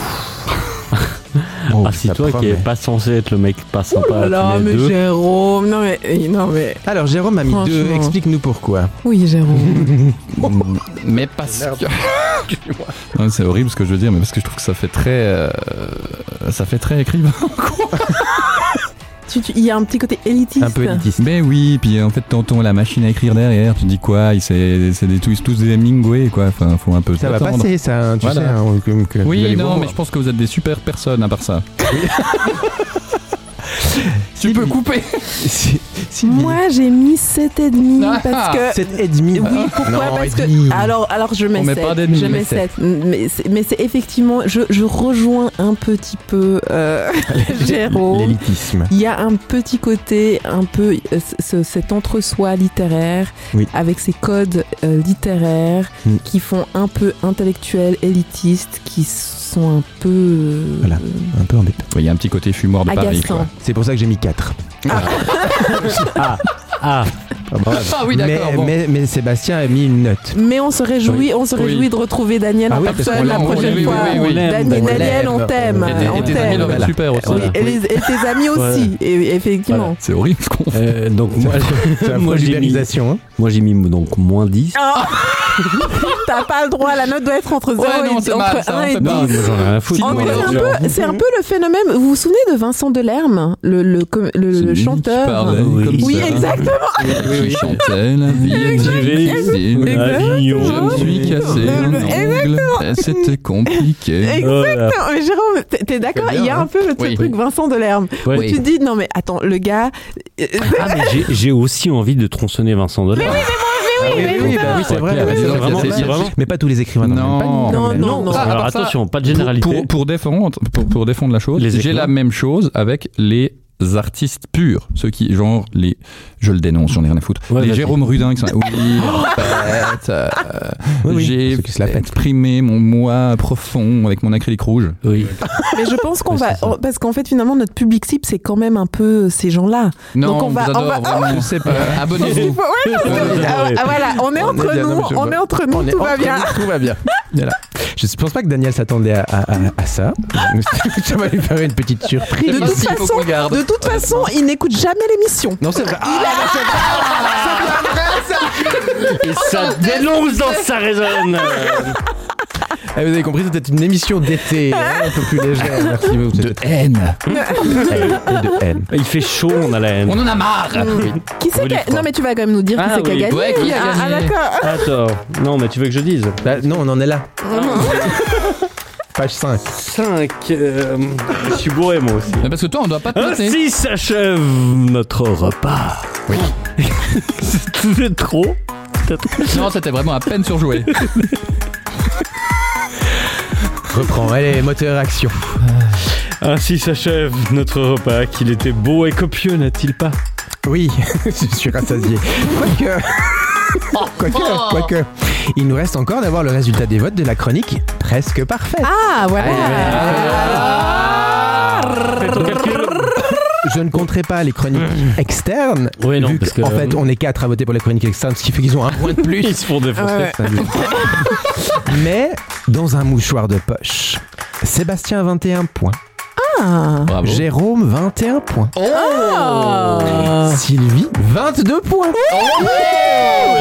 N: ah, c'est
G: ça
N: toi qui
G: promet.
N: est pas censé être le mec pas
G: Oh
N: sympa.
G: là là,
N: tu mets
G: mais
N: deux.
G: Jérôme, non mais, eh, non mais.
I: Alors Jérôme a mis deux, explique-nous pourquoi.
G: Oui Jérôme.
E: mais parce que. Non, c'est horrible ce que je veux dire, mais parce que je trouve que ça fait très. euh, ça fait très écrivain.
G: Tu- tu- Il y a un petit côté élitiste.
E: Mais oui, puis en fait, t'entends la machine à écrire derrière, tu dis quoi il- C'est c'est des tous, tous des Hemingway, quoi. Enfin, faut un peu.
I: Ça va
E: s'attendre.
I: passer, ça, hein, tu
E: Voilà.
I: sais. hein, on- que- que- vous
E: Oui,
I: allez
E: non,
I: voir.
E: mais je pense que vous êtes des super personnes à part ça.
I: Tu peux couper.
G: Moi j'ai mis 7,5 parce que.
I: Sept et
G: Oui,
I: demi.
G: pourquoi
I: Bah, Non,
G: Parce
I: et demi.
G: que. Alors, alors je mets
I: On met
G: 7.
I: pas des demi,
G: je
I: on
G: mets
I: met
G: 7.
I: sept.
G: Mais c'est- mais c'est effectivement. Je, je rejoins un petit peu euh, Jérôme.
I: L'élitisme.
G: Il y a un petit côté, un peu euh, ce- cet entre-soi littéraire,
I: Oui.
G: avec ces codes euh, littéraires
I: Mm.
G: qui font un peu intellectuels, élitistes, qui sont un peu. euh,
I: Voilà, un peu embêtant.
E: Il y a un petit côté fumoir
G: de Paris, Agaçant. quoi.
I: C'est pour ça que j'ai mis 4.
N: Ah, ah.
G: Ah oui, d'accord,
I: Mais,
G: bon.
I: mais, mais Sébastien a mis une note.
G: Mais on se réjouit,
I: Oui.
G: on se
I: Oui.
G: réjouit de retrouver Daniel
I: Ah
G: en
I: oui, parce qu'on
G: personne Euh, la
I: l'aime, on
G: prochaine
I: l'aime,
G: fois.
I: oui, oui, oui.
G: Dan-
I: On l'aime.
G: Daniel, on t'aime.
I: Et tes-
G: on
I: et tes
G: t'aime.
I: amis doivent être
E: super aussi.
G: Oui, Et, les- et tes amis aussi, et- effectivement.
E: C'est horrible ce qu'on
N: fait. Euh, donc, moi,
I: c'est la
N: moi, j'ai mis,
I: libéralisation,
N: moi, j'ai mis donc moins 10.
G: Ah T'as pas le droit, la note doit être entre 0
E: non,
G: et,
E: c'est
G: entre
E: mal,
G: 1
E: ça, on
G: et 10.
E: fait
N: pas. Moi, j'en ai rien à foutre,
G: En
N: moi,
G: fait,
N: alors,
G: c'est un
N: genre.
G: peu- C'est un, peu le phénomène. Vous vous souvenez de Vincent Delerme, le, le, com- le- le
E: lui qui
G: chanteur
E: parlait comme
G: Oui,
E: ça.
G: exactement.
E: Qui chantait la vie est difficile. Je me suis cassé un ongle. Eh, C'était compliqué.
G: Exactement. Mais Jérôme, t'es- t'es d'accord
E: bien,
G: Il y a
E: hein.
G: un peu ce
E: Oui.
G: truc Vincent Delerme.
N: Ouais.
G: Où tu te dis, non mais attends, le gars... euh,
N: Ah, mais j'ai- j'ai aussi envie de tronçonner Vincent Delerme.
G: oui, mais
I: oui, oui, bah oui, c'est vrai.
N: Ok,
I: oui,
N: c'est
I: oui,
N: vraiment-
I: oui,
N: c'est
I: oui.
N: vraiment-
I: Mais pas tous les écrivains.
E: Non.
G: Non, non, non.
E: Ah, à
N: Alors
E: part ça,
N: attention, pas de
E: pour-
N: généralité.
E: Pour, pour défendre, pour, pour défendre la chose,
N: Les
E: j'ai
N: écrivains.
E: la même chose avec les artistes purs, ceux qui genre les, je le dénonce, j'en ai rien à foutre,
N: Ouais,
E: les
N: vas-y.
E: Jérôme Rudin qui sont, oui, la fête, euh, j'ai exprimé mon moi profond avec mon acrylique rouge.
N: Oui.
G: Mais je pense qu'on va... on- Parce qu'en fait, finalement, notre public cible, c'est quand même un peu ces gens-là.
E: Non,
G: Donc on
E: on
G: va... on
E: vous adore,
G: va-
E: vraiment. Je sais pas. Euh, abonnez-vous.
G: Ouais, parce que- ah, ah, voilà, on est entre
I: bien, non,
G: nous,
I: mais je-
G: on est entre nous,
I: on est
G: tout va
I: entre
G: bien.
I: nous, Tout va bien. Voilà. Je pense pas que Daniel s'attendait à, à- à- à ça. ça va lui faire une petite surprise.
G: De toute,
I: Il faut
G: façon,
I: qu'on garde.
G: de toute façon, il n'écoute jamais l'émission.
I: Non, c'est vrai. Ah,
N: Et ça dénonce dans sa raisonne.
I: Ah, vous avez compris, c'était une émission d'été, hein, un peu plus légère. Merci beaucoup. De
E: haine.
I: de haine.
N: Il fait chaud, on a la haine.
E: On en a marre.
G: Qui c'est
N: Vous dites
G: qui a- Non, mais tu vas quand même nous dire qui
N: Ah
G: c'est qui a
N: oui,
G: gagné.
N: ouais, qui a
G: Ah,
N: gagné.
G: ah, d'accord.
N: Attends, non, mais tu veux que je dise
I: Bah, non, on en est là. Page 5.
N: 5. je suis bourré, moi aussi.
E: Mais parce que toi, on doit pas te noter.
N: Ainsi s'achève notre repas.
E: Oui.
N: C'était trop. C'était trop.
E: Non, c'était vraiment à peine surjoué.
I: Reprends. Allez, moteur action.
N: Ainsi s'achève notre repas, qu'il était beau et copieux, n'a-t-il pas
I: Oui, je suis rassasié. Quoique. Quoique, quoique. Il nous reste encore d'avoir le résultat des votes de la chronique presque parfaite.
G: Ah, voilà.
I: Je ne compterai pas les chroniques externes.
N: Oui, non,
I: vu
N: parce
I: que,
N: que-
I: en
J: euh,
I: fait, on est quatre à voter pour les chroniques externes, ce qui fait qu'ils ont un point de plus.
N: Ils se font défoncer.
I: Ouais, ouais. Mais dans un mouchoir de poche, Sébastien 21 points,
G: Ah.
E: Bravo.
I: Jérôme 21 points,
G: Ah.
I: Sylvie 22 points.
G: Oh.
N: Oh,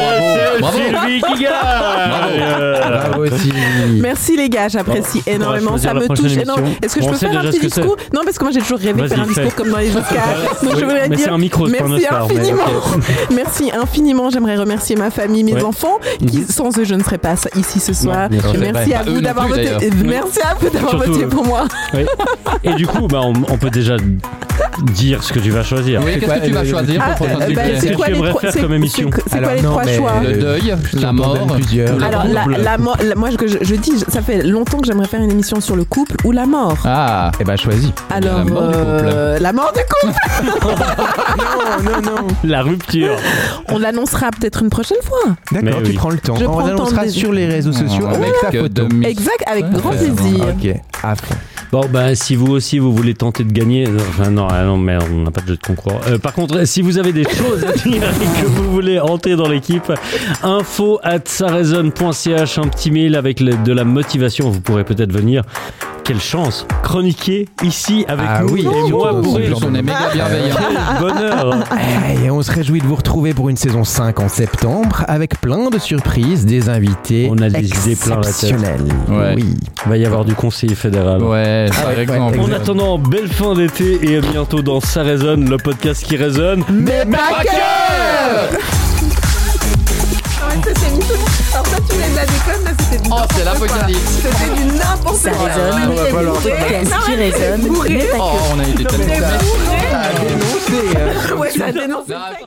N: C'est
E: Bravo.
N: Sylvie qui gagne
J: Ah bah,
N: Euh,
I: Bravo Sylvie.
G: Merci les gars, j'apprécie
N: va
G: énormément,
N: choisir
G: ça
N: la
G: me
N: prochaine
G: touche
N: émission.
G: énormément. Est-ce que
N: On
G: je peux
N: sait
G: faire un
N: déjà
G: petit
N: ce que c'est.
G: discours Non, parce que moi j'ai toujours rêvé de
N: Vas-y,
G: faire un
N: fais.
G: discours comme dans les Oscars. Donc je voulais
N: Mais
G: dire
N: c'est un micro, c'est pas un
G: merci
N: Oscar, mais
G: infiniment.
N: ok.
G: Merci infiniment. J'aimerais remercier ma famille, mes
N: Ouais. Mhm.
G: enfants, qui sans eux je ne serais pas ici ce soir.
I: bien sûr, c'est
G: merci,
I: vrai.
G: à
E: Pas eux
G: vous
E: non
G: d'avoir
E: plus,
G: voté.
E: d'ailleurs.
G: et Merci à vous d'avoir
N: Surtout
G: voté
N: eux.
G: pour moi.
N: Oui. Et du coup, bah, on, on peut déjà dire ce que tu vas choisir.
E: Oui, qu'est-ce que tu vas choisir
G: Ah,
E: pour Bah,
G: euh,
E: prochain
G: bah,
E: sujet
G: c'est
N: Qu'est-ce
G: quoi
N: que tu
G: les
N: aimerais
G: trois
N: faire
G: c'est-
N: comme émission
G: c'est- C'est
I: Alors,
G: quoi les
I: non,
G: trois
I: mais
G: choix
I: le-
E: Le deuil,
I: Je
E: la
I: t'en donne
E: mort,
I: plusieurs.
E: ou la
G: Alors la,
E: trouble.
G: la mo- la- moi je, que je- je dis, ça fait longtemps que j'aimerais faire une émission sur le couple ou la mort.
E: Ah,
I: Eh ben choisis.
G: Alors
E: la mort du
G: euh, la mort du couple. Ah,
I: non, non, non.
N: La rupture.
G: On l'annoncera peut-être une prochaine fois.
I: D'accord,
N: Mais
I: tu
N: oui.
I: prends le temps.
G: Je
I: on
G: prends le temps
I: annoncera
G: de-
I: sur les réseaux sociaux
E: Oh,
I: avec
E: mec,
I: ta
E: que
I: photo.
E: demi-
G: Exact, avec
E: Ouais,
G: grand
E: ouais,
G: plaisir.
I: Ok, à fond.
J: Bon, ben, si vous aussi vous voulez tenter de gagner. Enfin, non, ah non, merde, on n'a pas de jeu de concours. Euh, par contre, si vous avez des choses à dire et que vous voulez entrer dans l'équipe, info at saraison.ch, un petit mail avec le- de la motivation. Vous pourrez peut-être venir. Quelle chance Chroniquer ici avec
I: Ah
J: nous
I: oui,
J: et
I: surtout,
J: moi bourré.
I: surtout. On est méga bienveillants.
J: Quel bonheur
G: Ah,
I: Et on se réjouit de vous retrouver pour une saison 5 en septembre avec plein de surprises, des invités
J: On a des idées plein la tête.
I: exceptionnels. Oui.
J: Il va y avoir du conseiller fédéral.
V: Ouais,
I: par ouais, exemple.
J: en attendant, belle fin d'été et à bientôt dans Ça résonne, le podcast qui résonne.
I: Mais
J: pas que
G: Alors ça, tu mets de la déconne, là, c'était du n'importe quoi. Oh, c'est l'apocalypse. C'était du n'importe
M: Ça
G: quoi.
M: résonne.
G: Ouais,
M: On va
G: mais
M: pas leur-
G: bourré.
M: Podcast
G: Non,
M: qui
G: mais t'es
M: résonne.
G: bourré.
M: Mais pas que. Oh, on a été
G: Non, mais
M: tellement-
G: t'es bourré.
M: Ça a dénoncé, hein.
G: Ouais, ça a dénoncé.